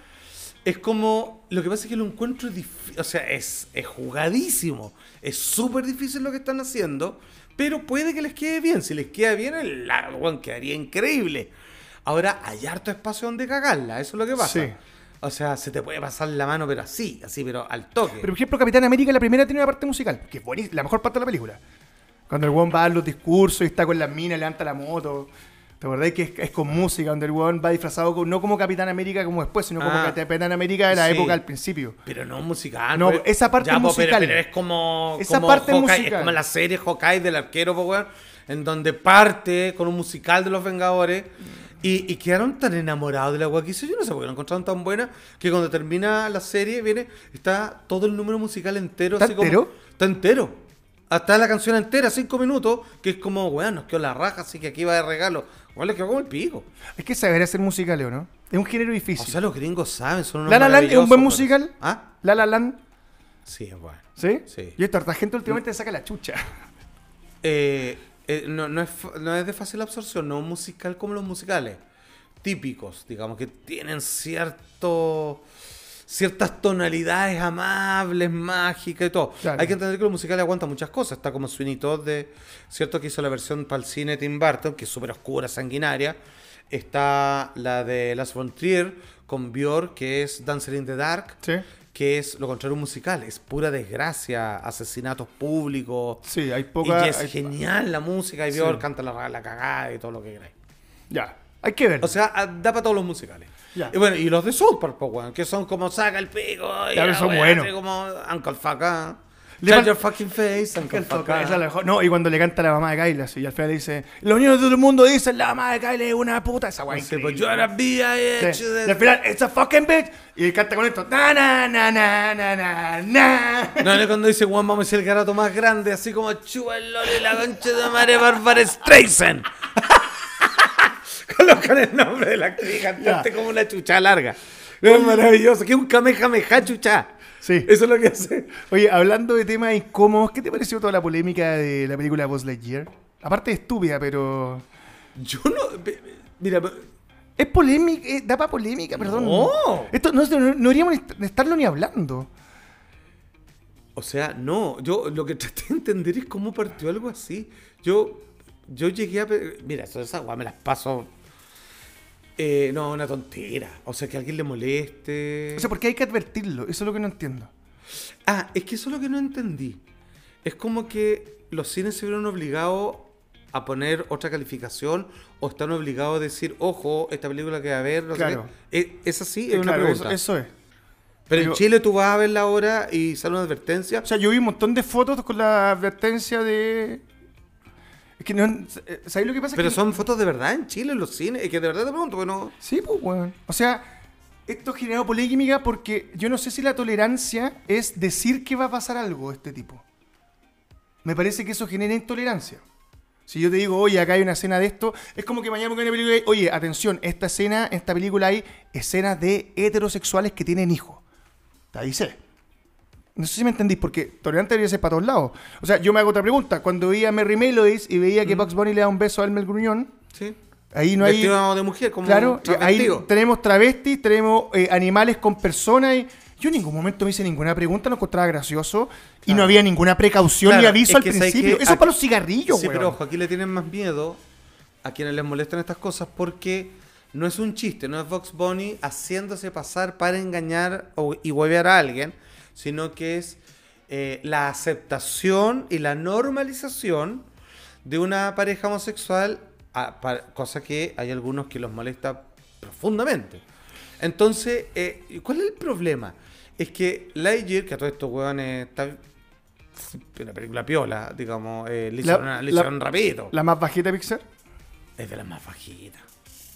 es como. Lo que pasa es que lo encuentro difícil. O sea, es, es jugadísimo. Es súper difícil lo que están haciendo. Pero puede que les quede bien. Si les queda bien, el largo quedaría increíble. Ahora hay harto espacio donde cagarla. Eso es lo que pasa. Sí. O sea, se te puede pasar la mano, pero así, así, pero al toque. Pero, por ejemplo, Capitán América, la primera tiene una parte musical, que es buenísima, la mejor parte de la película. Cuando el weón va a dar los discursos y está con las minas, levanta la moto. ¿Te acordás que es, es con música, donde el weón va disfrazado con- no como Capitán América como después, sino como Ah, Capitán América de la sí. época al principio? Pero no musical. No, pues. esa parte es pues, pero- musical. Pero, es como. Esa como parte es Hawkeye, musical. Es como la serie Hawkeye del arquero, pues, weón, En donde parte con un musical de los Vengadores. Y, y quedaron tan enamorados de la weá que hizo. Yo no sé por qué la encontraron tan buena. Que cuando termina la serie, viene. Está todo el número musical entero. ¿Está así como- entero? está entero. Hasta la canción entera, cinco minutos. Que es como, weón, nos quedó la raja. Así que aquí va de regalo. Weón, le quedó como el pico. Es que saber hacer musicales, ¿o no? Es un género O difícil. sea, los gringos saben. Son unos la La Land es un buen maravillosos, weón. musical. ¿Ah? La La Land, Sí, es bueno. ¿sí? Sí. Y esta harta gente últimamente saca la chucha. Eh, eh, no, no es, fa- no es de fácil absorción, no es musical como los musicales típicos, digamos, que tienen cierto, ciertas tonalidades amables, mágicas y todo. Claro. Hay que entender que los musicales aguantan muchas cosas. Está como Sweeney Todd, de, cierto que hizo la versión para el cine Tim Burton, que es súper oscura, sanguinaria. Está la de Las Frontier con Björk, que es Dancer in the Dark Sí. que es lo contrario a un musical, es pura desgracia, asesinatos públicos. Sí, hay y poca. que es hay- genial la música, y Sí. Björk canta la, la cagada y todo lo que queráis. ya. Hay que ver. O sea, a- da para todos los musicales. Ya. Y bueno, y los de South Park, pues, weón, que son como saca el pico, y Claro, la son weá, buenos. así como Uncle Faka, Le Shut fal- your fucking face, Uncle ah. Faka. Esa es la mejor. No, y cuando le canta la mamá de Kyla, así, y al final le dice, los niños de todo el mundo dicen, la mamá de Kyla es una puta, esa guay. Sí, pues, yo era B.I.H. de- Y al final, it's a fucking bitch. Y él canta con esto, na, na, na, na, na, na, na. No, no, cuando dice, weón, vamos a ser el garato más grande, así como chupa el loli, la concha de madre, Bárbara Streisand. Colocan el nombre de la actriz cantante Ya. como una chucha larga. Es maravilloso, que es un kamehameha chucha. Sí. Eso es lo que hace. Oye, hablando de temas incómodos, ¿qué te pareció toda la polémica de la película Buzz Lightyear? Aparte es estúpida, pero... Yo no. pe- pe- Mira, pe- Es polémica, eh, da para polémica, perdón. No. Esto no, no, no deberíamos est- estarlo ni hablando. o sea, no. Yo lo que traté de entender es cómo partió algo así. Yo, yo llegué a. pe- Mira, eso- esa weá me las paso. Eh, no, una tontera. O sea, que a alguien le moleste. O sea, porque hay que advertirlo, eso es lo que no entiendo. Ah, es que eso es lo que no entendí. Es como que los cines se vieron obligados a poner otra calificación o están obligados a decir, ojo, esta película que va a ver, no sé Claro. qué. ¿Es, es así? Es una Claro, pregunta. Eso, eso es. Pero en digo- Chile tú vas a verla ahora y sale una advertencia. O sea, yo vi un montón de fotos con la advertencia de. Es que no. eh, ¿Sabéis lo que pasa? pero Que- son fotos de verdad en Chile, en los cines. Es que de verdad te pregunto, bueno... Sí, pues, weón. O sea, esto generó polémica porque yo no sé si la tolerancia es decir que va a pasar algo de este tipo. Me parece que eso genera intolerancia. Si yo te digo, oye, acá hay una escena de esto, es como que mañana pongo una película y, oye, atención, esta escena, en esta película hay escenas de heterosexuales que tienen hijos. Te avisé. No sé si me entendís, porque tolerante debería ser para todos lados. O sea, yo me hago otra pregunta. Cuando veía a Merry Melodies y veía que Bugs Bunny le da un beso a Elmer Gruñón, Sí. ahí no hay... Vestido de este mujer, como Claro, un eh, ahí travestido. tenemos travestis, tenemos eh, animales con personas. Y yo en ningún momento me hice ninguna pregunta, no encontraba gracioso. Y no había ninguna precaución ni Claro, aviso es al que sabes principio. que Eso aquí- es para los cigarrillos, Sí, weón. pero ojo, aquí le tienen más miedo a quienes les molestan estas cosas porque no es un chiste, no es Vox Bunny haciéndose pasar para engañar o, y huevear a alguien, sino que es eh, la aceptación y la normalización de una pareja homosexual, a- pa- cosa que hay algunos que los molesta profundamente. Entonces, eh, ¿cuál es el problema? es que Lightyear, que a todos estos hueones está una película piola, digamos, eh, le La- hicieron, una- le la- hicieron rapidito. La más bajita de Pixar. Es de las más bajitas.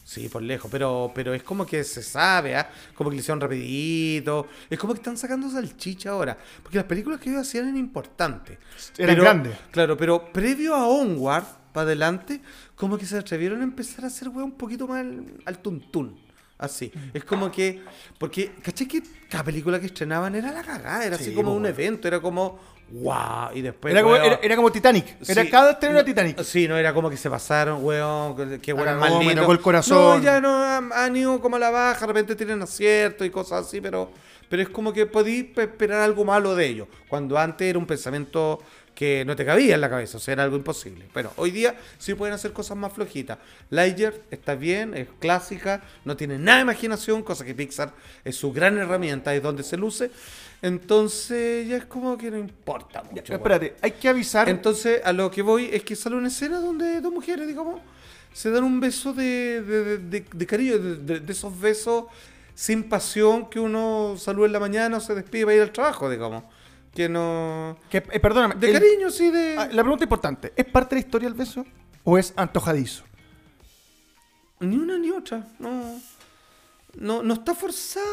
Sí, por lejos. Pero, pero es como que se sabe, ¿ah? Como que le hicieron rapidito. Es como que están sacando salchicha ahora. Porque las películas que ellos hacían eran importantes. Eran Pero- grandes. Claro, pero previo a Onward, para adelante, como que se atrevieron a empezar a hacer, weón, un poquito más al, al tuntún. Así. Mm. Es como que. Porque, ¿caché que cada película que estrenaban era la cagada? Era así Sí, como po, un weón. evento, era como. ¡Wow! Y después. Era como, Pues, weón, era, era como Titanic. Era Sí, cada estreno no, era Titanic. Sí, no era como que se pasaron, weón. que- Que weón, cagó, mal me lindo. tocó el corazón. No, ya no han, han ido como a la baja, de repente tienen acierto y cosas así, pero, pero es como que podí pe- esperar algo malo de ellos. Cuando antes era un pensamiento que no te cabía en la cabeza, o sea, era algo imposible. Pero hoy día sí pueden hacer cosas más flojitas. Lightyear está bien, es clásica, no tiene nada de imaginación, cosa que Pixar es su gran herramienta, es donde se luce. Entonces ya es como que no importa mucho. weón. Espérate, hay que avisar. Entonces, a lo que voy es que sale una escena donde dos mujeres, digamos, se dan un beso de, de, de- de- de cariño, de, de- de esos besos sin pasión que uno saluda en la mañana o se despide para ir al trabajo, digamos. Que no. que, eh, perdóname. De el- cariño, sí, de. ah, La pregunta importante: ¿es parte de la historia el beso o es antojadizo? Ni una ni otra. No. No, no está forzado,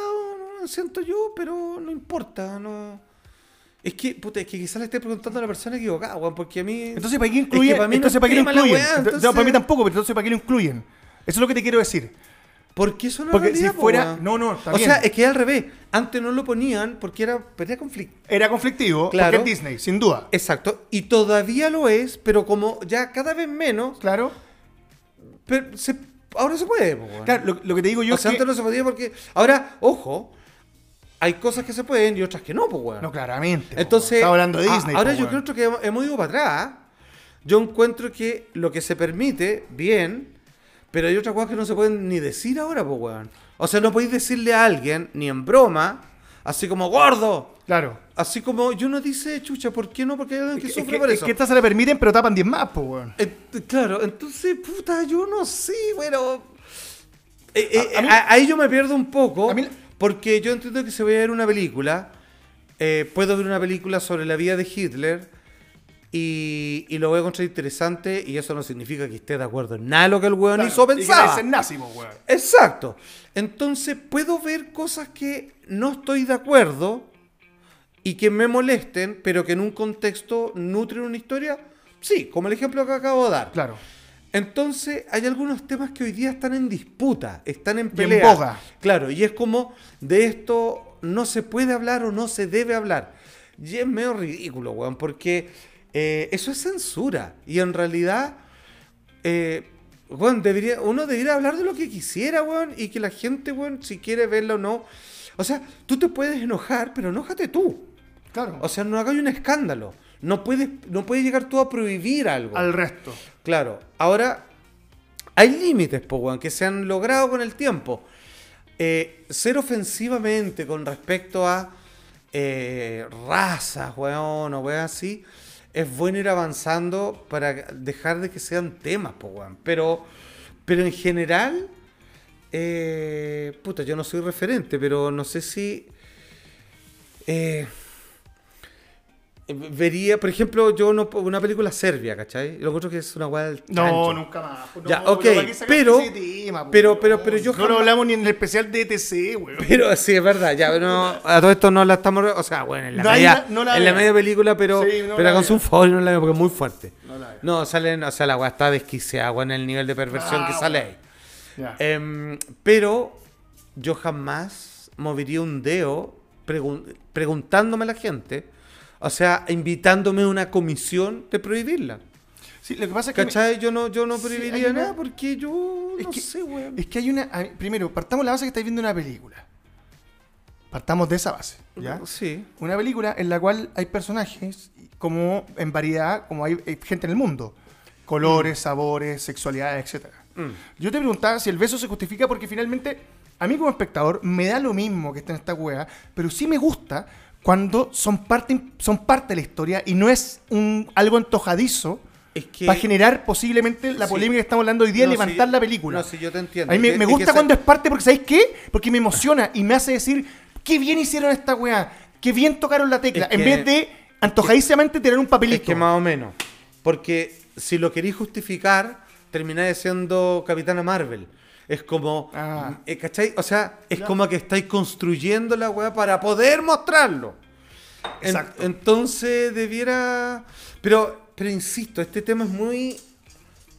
no, siento yo, pero no importa, no. Es que, puta, es que quizás le esté preguntando a la persona equivocada, weón, porque a mí. Entonces, ¿para qué que incluyen? para mí no entonces, ¿para qué quema lo la incluyen? weá, Entonces- no, para mí entonces- tampoyen? Pero entonces, ¿para qué lo incluyen? Eso es lo que te quiero decir. Porque eso no es Porque si realidad, po, fuera- weón. no, no, está O bien. sea, es que al revés. Antes no lo ponían porque era, pero era conflicto. Era conflictivo Claro. porque es Disney, sin duda. Exacto. Y todavía lo es, pero como ya cada vez menos, Claro. pero se- ahora se puede. po, weón. Claro, lo, lo que te digo yo o es sea, que- antes no se podía porque. Ahora, ojo, hay cosas que se pueden y otras que no, pues, weón. No, claramente. po, Entonces, Estaba hablando de a- Disney. ahora po, yo weón. creo que hemos- hemos ido para atrás. ¿ah? Yo encuentro que lo que se permite, bien, pero hay otras cosas que no se pueden ni decir ahora, pues, weón. O sea, no podéis decirle a alguien, ni en broma, así como gordo. Claro. Así como yo no dice chucha, ¿por qué no? Porque hay alguien que Es sufre que, por es eso. que estas se la permiten, pero tapan 10 más, pues, weón. Ent- claro, entonces, puta, yo no sé, bueno. Eh, eh, A- a mí- a- ahí yo me pierdo un poco. A mí- Porque yo entiendo que se voy a ver una película. eh, puedo ver una película sobre la vida de Hitler. Y, y lo voy a encontrar interesante. Y eso no significa que esté de acuerdo en nada de lo que el weón Claro, hizo y que pensaba. parecen nazi, po, weón. Exacto. Entonces puedo ver cosas que no estoy de acuerdo y que me molesten, pero que en un contexto nutren una historia. Sí, como el ejemplo que acabo de dar. Claro. Entonces hay algunos temas que hoy día están en disputa, están en en pelea. boga. Claro, y es como de esto no se puede hablar o no se debe hablar. Y es medio ridículo, weón, porque eh, eso es censura. Y en realidad, eh, weón, debería, uno debería hablar de lo que quisiera, weón, y que la gente, weón, si quiere verla o no. O sea, tú te puedes enojar, pero enójate tú. Claro. O sea, no hagas un escándalo. No puedes, no puedes llegar tú a prohibir algo. Al resto. Claro, ahora hay límites, po, weón, que se han logrado con el tiempo. Eh, ser ofensivamente con respecto a eh, razas, weón, o weón así, es bueno ir avanzando para dejar de que sean temas, po, weón. Pero, pero en general, eh, puta, yo no soy referente, pero no sé si... eh, Vería, por ejemplo, yo no, una película serbia, ¿cachai? Lo otro que es una weá del chancho. No, nunca más. po, no, Ya, pero ok, ¿para qué sacaste pero- ese tema, po, pero- pero- weón? pero yo No jamás- lo hablamos ni en el especial de ETC, weón. Pero sí, es verdad, ya no, a todo esto no la estamos. O sea, bueno, en la, No hay media, una- no la en la vea. media película, pero, Sí, no pero la con su vea. folio no la veo porque es muy fuerte. No la vea. No, salen, o sea, la weá está desquiciada, weón, el nivel de perversión Ah, que sale ahí. Ya. Em, pero yo jamás movería un dedo pregun- preguntándome a la gente, o sea, invitándome a una comisión de prohibirla. Sí, lo que pasa es que. me- ¿Cachai? Yo no, yo no Sí, hay prohibiría una- nada porque yo Es no que- sé, weón. Es que hay una. a- Primero, partamos la base que estáis viendo una película. Partamos de esa base, ¿ya? Sí. Una película en la cual hay personajes como en variedad, como hay eh, gente en el mundo. Colores, sabores, sexualidades, etc. Mm. Yo te preguntaba si el beso se justifica porque finalmente a mí como espectador me da lo mismo que está en esta wea, pero sí me gusta cuando son parte, son parte de la historia y no es un, algo antojadizo Es que. para generar posiblemente la Sí. polémica que estamos hablando hoy día No, y levantar sí, la película. No, sí, yo te entiendo. A mí me, Que- me que gusta esa- cuando es parte porque, ¿sabéis qué? Porque me emociona y me hace decir, qué bien hicieron esta weá, qué bien tocaron la tecla, Es en que- vez de antojadísimamente tirar un Es papelito. que más o menos. Porque si lo queréis justificar, termináis siendo Capitana Marvel. Es como. Ah. eh, ¿Cachai? O sea, es como que estáis construyendo la weá para poder mostrarlo. En- Exacto. entonces debiera. Pero, pero insisto, este tema es muy.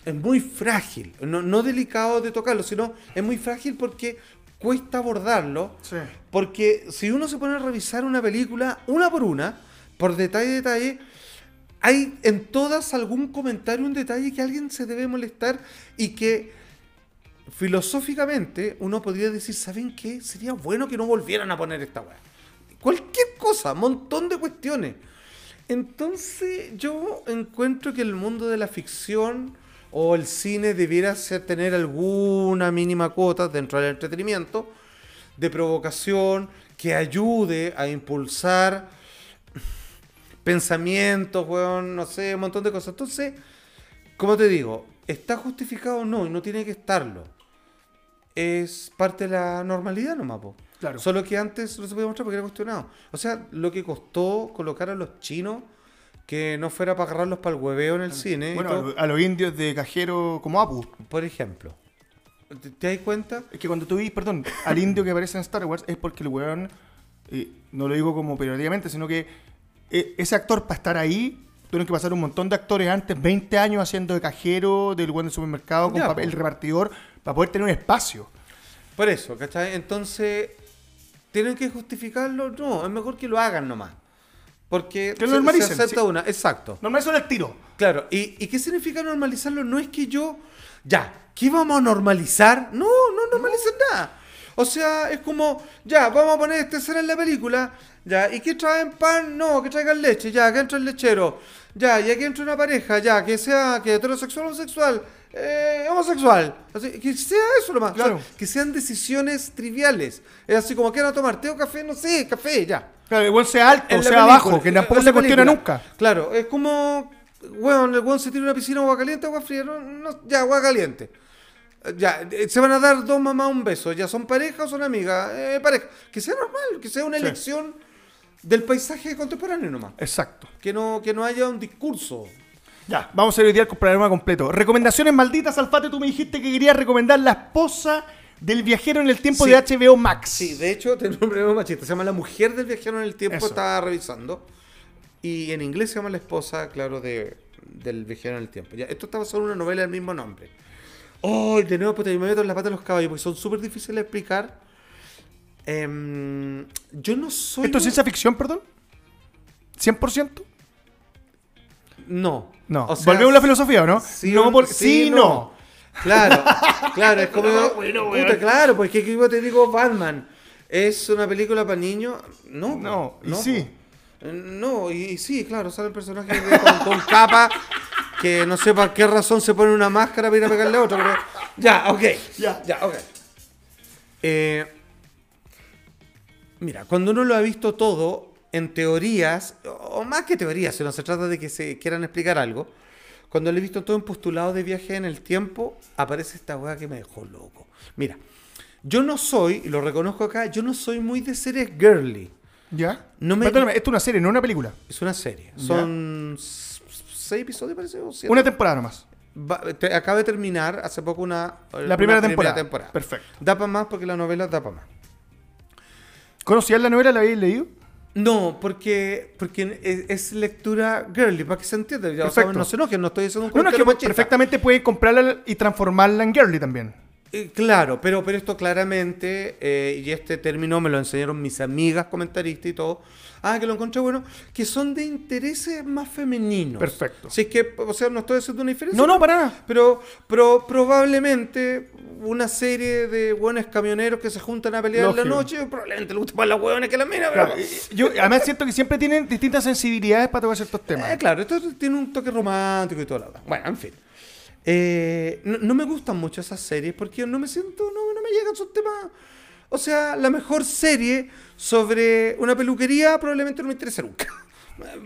Es muy frágil. No, no delicado de tocarlo, sino es muy frágil porque cuesta abordarlo. Sí. Porque si uno se pone a revisar una película una por una, por detalle detalle, hay en todas algún comentario, un detalle que alguien se debe molestar y que filosóficamente uno podría decir, ¿saben qué? Sería bueno que no volvieran a poner esta weá. Cualquier cosa, montón de cuestiones. Entonces yo encuentro que el mundo de la ficción o el cine debiera ser, tener alguna mínima cuota dentro del entretenimiento de provocación que ayude a impulsar pensamientos, weón, no sé, un montón de cosas. Entonces, como te digo, está justificado o no, y no tiene que estarlo. Es parte de la normalidad nomás, po. Claro. Solo que antes no se podía mostrar porque era cuestionado. O sea, lo que costó colocar a los chinos que no fuera para agarrarlos para el hueveo en el cine. y Bueno, a todo, lo- a los indios de cajero como Apu. Por ejemplo, ¿te, te das cuenta? Es que cuando tú vi, perdón, al indio que aparece en Star Wars es porque el weón, eh, no lo digo como periódicamente, sino que eh, ese actor para estar ahí tuvieron que pasar un montón de actores antes, 20 años haciendo de cajero, del weón del supermercado, con Ya, papel po. repartidor, para poder tener un espacio. Por eso, ¿cachai? Entonces, ¿tienen que justificarlo? No, es mejor que lo hagan nomás. Porque Que lo se- se, normalicen, acepta sí. una, exacto. Normalmente son el tiro. Claro, ¿Y, ¿y qué significa normalizarlo? No es que yo, ya, ¿qué vamos a normalizar? No, no normalicen nada. O sea, es como, ya, vamos a poner este ser en la película, ya, ¿y qué traen pan? No, que traigan leche, ya, que entra el lechero, ya, y aquí entra una pareja, ya, que sea que heterosexual o homosexual, eh, homosexual, Así, que sea eso nomás, Claro. O sea, que sean decisiones triviales, es así como quieran tomar té o café, no sé, café, ya Claro, el weón sea alto, en sea la abajo, película, que en tampoco la se cuestiona película. nunca. Claro, es como, weón, el weón se tira a una piscina agua caliente, agua fría, no- no- ya, agua caliente. Ya, eh, se van a dar dos mamás un beso, ya son pareja o son amigas, eh, pareja. Que sea normal, que sea una Sí. elección del paisaje contemporáneo nomás. Exacto. Que no, que no haya un discurso. Ya, vamos a lidiar con el programa completo. Recomendaciones malditas, Alfate, tú me dijiste que querías recomendar La esposa del viajero en el tiempo Sí. de HBO Max. Sí, de hecho, tiene un problema machista. Se llama La Mujer del Viajero en el Tiempo, Eso. estaba revisando. Y en inglés se llama La Esposa, claro, de, del Viajero en el Tiempo. Ya, esto estaba sobre una novela del mismo nombre. ¡Oh! De nuevo, puta, yo me meto en la pata de los caballos porque son súper difíciles de explicar. Em, yo no soy. ¿Esto es un- ciencia ficción, perdón? ¿100%? No. No. O sea, Volvemos a la filosofía, ¿o ¿no? Sí, no, un- por- sí, sí, no. no. Claro, claro, es como. No, bueno, puta, weón. claro, porque que yo te digo Batman. ¿Es una película para niños? No. No, y no. sí. Eh, No, y, y sí, claro, sale el personaje de- con, con capa que no sé por qué razón se pone una máscara para ir a pegarle a otro, pero. Ya, ok. Ya, Ya. ya, ok. Eh, mira, cuando uno lo ha visto todo, en teorías, o más que teorías, si no se trata de que se quieran explicar algo, cuando lo he visto todo en postulado de viaje en el tiempo, aparece esta weá que me dejó loco. Mira, yo no soy, y lo reconozco acá, yo no soy muy de series girly. ¿Ya? No me- Perdóname, esto es una serie, no una película. Es una serie. Son s- seis episodios, parece, o siete. Una temporada nomás. Va- te- acaba de terminar hace poco una. una primera temporada. Perfecto. Da para más porque la novela da para más. ¿Conocías la novela? ¿La habéis leído? No, porque, porque es, es lectura girly, para que se entienda. Ya, o sea, Perfecto. no se enojen, no estoy diciendo un No, no, es comentario que machista. perfectamente pueden comprarla y transformarla en girly también. Eh, claro, pero, pero esto claramente, eh, y este término me lo enseñaron mis amigas comentaristas y todo, ah, que lo encontré bueno, que son de intereses más femeninos. Perfecto. Si es que, o sea, no estoy haciendo una diferencia. No, no, para nada. Pero, pero probablemente una serie de buenos camioneros que se juntan a pelear en la Lógico. noche, probablemente le guste más las hueones que la mina, pero... Claro, eh, yo además siento que siempre tienen distintas sensibilidades para tocar ciertos Eh, temas. claro, esto tiene un toque romántico y todo lo Bueno, en fin. Eh, no, no me gustan mucho esas series porque no me siento, no, no me llegan esos temas. O sea, la mejor serie sobre una peluquería probablemente no me interesa nunca.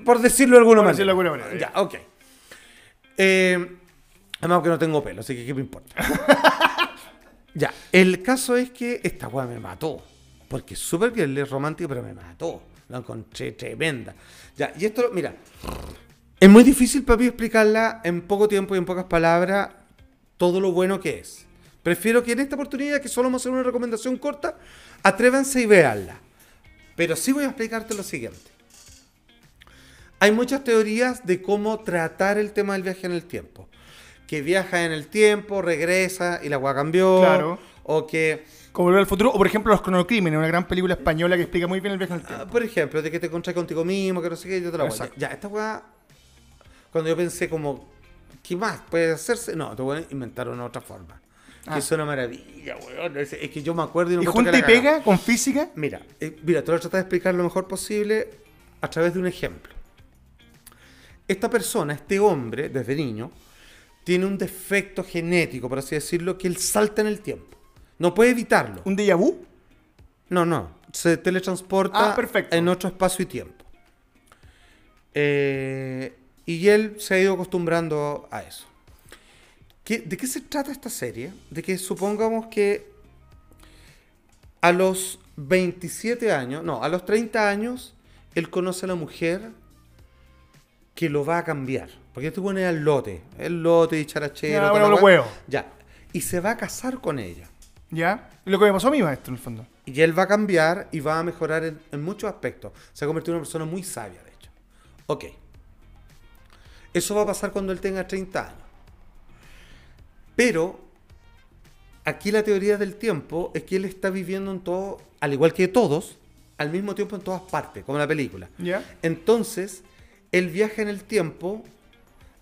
Por decirlo de alguna Por manera. decirlo de alguna manera, Ya, ok. Eh, además que no tengo pelo, así que qué me importa. ya, el caso es que esta weá me mató. Porque Supergirl es romántica, pero me mató. La encontré tremenda. Ya, y esto, mira, es muy difícil para mí explicarla en poco tiempo y en pocas palabras todo lo bueno que es. Prefiero que en esta oportunidad, que solo vamos a hacer una recomendación corta, atrévanse y veanla. Pero sí voy a explicarte lo siguiente. Hay muchas teorías de cómo tratar el tema del viaje en el tiempo. Que viaja en el tiempo, regresa y la agua cambió. Claro. O que Como Volver al Futuro, o por ejemplo Los Cronocrímenes, una gran película española que explica muy bien el viaje en el Ah, tiempo. por ejemplo, de que te encontrás contigo mismo, que no sé qué, y otra la vuelta. Exacto. Ya, esta weá, cuando yo pensé como, ¿qué más puede hacerse? No, te voy a inventar una otra forma. Ah. Que es una maravilla, weón. Es, es que yo me acuerdo y no ¿Y encuentro junta y que la pega cagamos. con física? Mira, eh, mira, te voy a tratar de explicar lo mejor posible a través de un ejemplo. Esta persona, este hombre, desde niño, tiene un defecto genético, por así decirlo, que él salta en el tiempo. No puede evitarlo. ¿Un déjà vu? No, no. Se teletransporta Ah, perfecto. en otro espacio y tiempo. Eh, y él se ha ido acostumbrando a eso. ¿Qué- ¿De qué se trata esta serie? De que supongamos que a los 27 años, no, a los 30 años, él conoce a la mujer que lo va a cambiar. Porque este bueno es el lote, el lote y charachero. Ya, toda bueno, la los wea. huevos. Ya. Y se va a casar con ella. ¿Ya? Lo que me pasó a mí, maestro, en el fondo. Y él va a cambiar y va a mejorar en, en muchos aspectos. Se ha convertido en una persona muy sabia, de hecho. Ok. Eso va a pasar cuando él tenga 30 años. Pero aquí la teoría del tiempo es que él está viviendo en todo, al igual que todos, al mismo tiempo en todas partes, como en la película. ¿Ya? Entonces, él viaja en el tiempo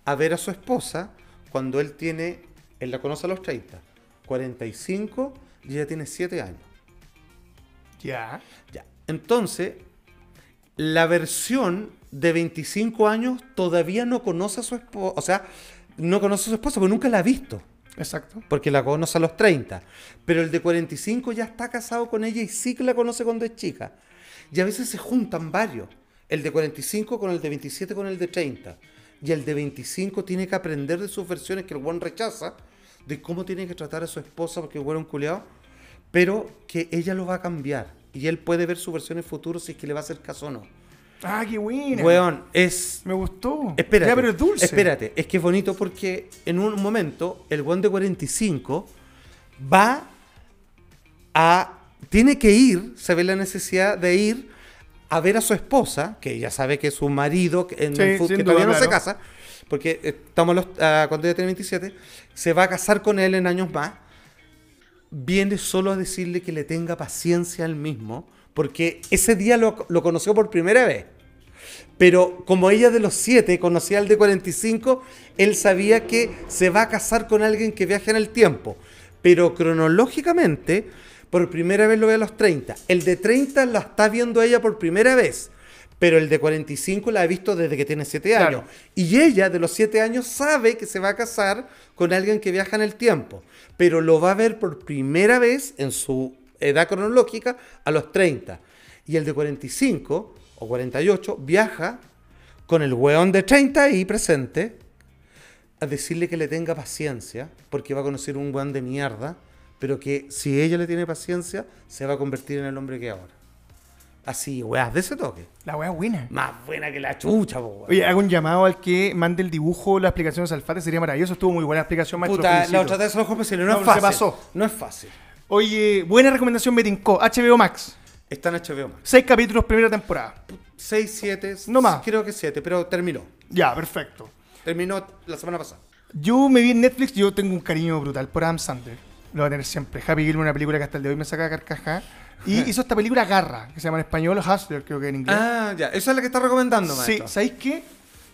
a ver a su esposa cuando él tiene, él la conoce a los 30, 45 y ella tiene 7 años. ¿Ya? Ya. Entonces, la versión de 25 años todavía no conoce a su esposa. O sea, no conoce a su esposa porque nunca la ha visto. Exacto. Porque la conoce a los 30. Pero el de 45 ya está casado con ella y sí que la conoce cuando es chica. Y a veces se juntan varios. El de 45 con el de 27 con el de 30. Y el de 25 tiene que aprender de sus versiones que el buen rechaza. De cómo tiene que tratar a su esposa porque el buen es un culeado. Pero que ella lo va a cambiar. Y él puede ver su versión en futuro si es que le va a hacer caso o no. Ah, qué buena. Weón, es Me gustó. Espérate. Ya, pero es dulce. Espérate, es que es bonito porque en un momento el guante de 45 va a. Tiene que ir, se ve la necesidad de ir a ver a su esposa, que ella sabe que es su marido, que, en Sí, el fu- sin que todavía duda, no se claro. casa, porque estamos los, ah, cuando ella tiene 27, se va a casar con él en años más. Viene solo a decirle que le tenga paciencia al mismo, porque ese día lo, lo conoció por primera vez. Pero como ella de los 7 conocía al de 45, él sabía que se va a casar con alguien que viaja en el tiempo. Pero cronológicamente, por primera vez lo ve a los 30. El de 30 la está viendo ella por primera vez. Pero el de 45 la ha visto desde que tiene 7 Claro. años. Y ella de los 7 años sabe que se va a casar con alguien que viaja en el tiempo. Pero lo va a ver por primera vez en su edad cronológica a los 30. Y el de 45 o 48 viaja con el weón de 30 ahí presente a decirle que le tenga paciencia porque va a conocer un weón de mierda. Pero que si ella le tiene paciencia, se va a convertir en el hombre que es ahora. Así, weas, de ese toque. La wea buena. Más buena que la chucha, po, weón. Oye, hago un llamado al que mande el dibujo, la explicación de Salfate, sería maravilloso. Estuvo muy buena la explicación, maestro. Puta, felicito. la otra vez los juegos posible. No, No, es se fácil. pasó. No es fácil. Oye, buena recomendación me tincó. HBO Max. Está en HBO Max. Seis capítulos, primera temporada. 6, 7. No más. Creo que 7, pero terminó. Ya, perfecto. Terminó la semana pasada. Yo me vi en Netflix, yo tengo un cariño brutal por Adam Sandler. Lo voy a tener siempre. Happy Gilmore, una película que hasta el de hoy me saca carcaja. Y hizo esta película Garra, que se llama en español Hustler, creo que en inglés. Ah, ya. Esa es la que está recomendando, sí, maestro. ¿sabéis qué?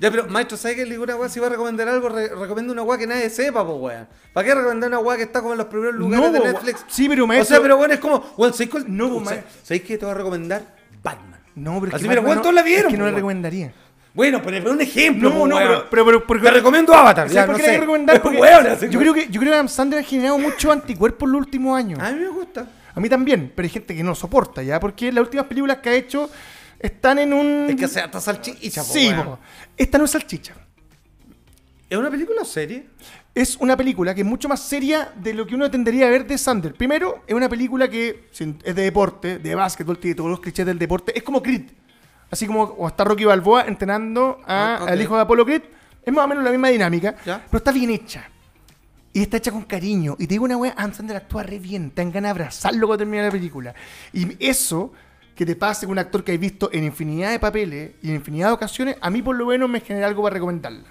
Ya, pero maestro, ¿sabes que le digo una weá? Si va a recomendar algo, re- recomienda una weá que nadie sepa, po, weón. ¿Para qué recomendar una weá que está como en los primeros lugares No, de po, Netflix? weón. Sí, pero, O maestro- sea, pero bueno, es como. Weón, ¿sabes cuál? No, po, o sea, maestro. ¿Sabes qué te va a recomendar? Batman. No, pero es Así, que pero Batman weón, no- todos la vieron. Es que no po, la weón. recomendaría. Bueno, pero es un ejemplo. No, po, no, weón. pero- pero- pero- porque- Te recomiendo Avatar. ¿Sabes ya, por no qué la sé. voy a recomendar? Porque Weón, así, yo, creo que, yo creo que Adam Sandler ha generado mucho anticuerpos en los últimos años. A mí me gusta. A mí también, pero hay gente que no lo soporta ya, porque las últimas películas que ha hecho están en un. Es que hace hasta salchicha, po, Sí, weón. po. Esta no es salchicha. ¿Es una película o serie? es una película que es mucho más seria de lo que uno tendería a ver de Sander. Primero, es una película que sin- es de deporte, de básquetbol, tiene todos los clichés del deporte. Es como Creed. Así como o está Rocky Balboa entrenando a- Ah, ok. al hijo de Apolo Creed. Es más o menos la misma dinámica, Ya. pero está bien hecha. Y está hecha con cariño. Y te digo una wea, Adam Sandler actúa re bien. Te dan ganas de abrazarlo cuando termina la película. Y eso que te pase con un actor que has visto en infinidad de papeles y en infinidad de ocasiones, a mí por lo menos me genera algo para recomendarla.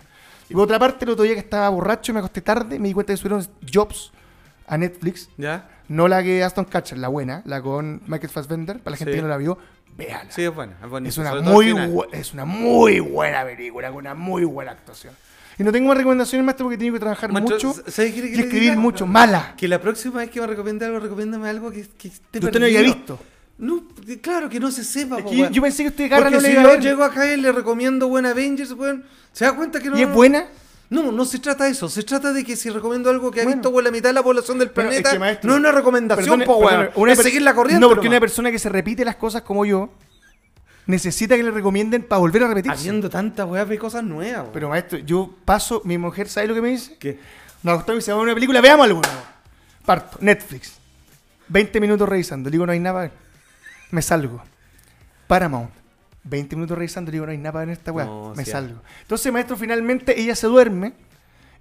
Y por otra parte, el otro día que estaba borracho, me acosté tarde, me di cuenta que subieron Jobs a Netflix. ¿Ya? No la que Aston Catcher, la buena, la con Michael Fassbender. Para la gente Sí. que no la vio, véala. Sí, es buena. Es, bonita, Es una, Mm, sobre todo al muy final. bu- es una muy buena película, con una muy buena actuación. Y no tengo más recomendaciones, maestro, porque he tenido que trabajar Maestro, mucho ¿sabes qué le y quería escribir decir? mucho. Mala. Que la próxima vez que me recomiende algo, recomiéndame algo que, que esté Que usted no haya visto. No, claro, que no se sepa. Es po, que yo, weón. yo pensé que usted Garra Porque no le si iba a yo ver. llego acá y le recomiendo buena Avengers, weón, se da cuenta que no... ¿Y es buena? No, no se trata de eso. Se trata de que si recomiendo algo que ha Bueno. visto weón, la mitad de la población del Bueno, es planeta, que, maestro, no es una recomendación, perdone, po, weón. perdone, una es per- seguir la corriente. No, porque nomás. una persona que se repite las cosas como yo necesita que le recomienden para volver a repetirse. Habiendo tantas weas, ve cosas nuevas, weón. Pero maestro, yo paso, mi mujer, ¿sabe lo que me dice? ¿Qué? Nos acostamos y dice, vamos a ver una película, veamos alguna. Parto, Netflix. 20 minutos revisando, le digo, no hay nada para ver. Me salgo. Paramount. 20 minutos revisando, le digo, no hay nada para ver en esta weá. No, me sí. salgo. Entonces, maestro, finalmente ella se duerme.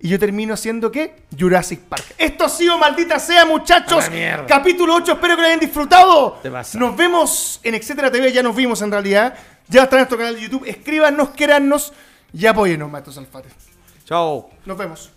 Y yo termino haciendo ¿qué? Jurassic Park. Esto ha sido, maldita sea, muchachos. A la mierda. Capítulo 8. Espero que lo hayan disfrutado. Te pasa. Nos vemos en Etcétera TV. Ya nos vimos en realidad. Ya está en nuestro canal de YouTube. Escríbanos, querannos y apóyenos, maestros alfates. Chao. Nos vemos.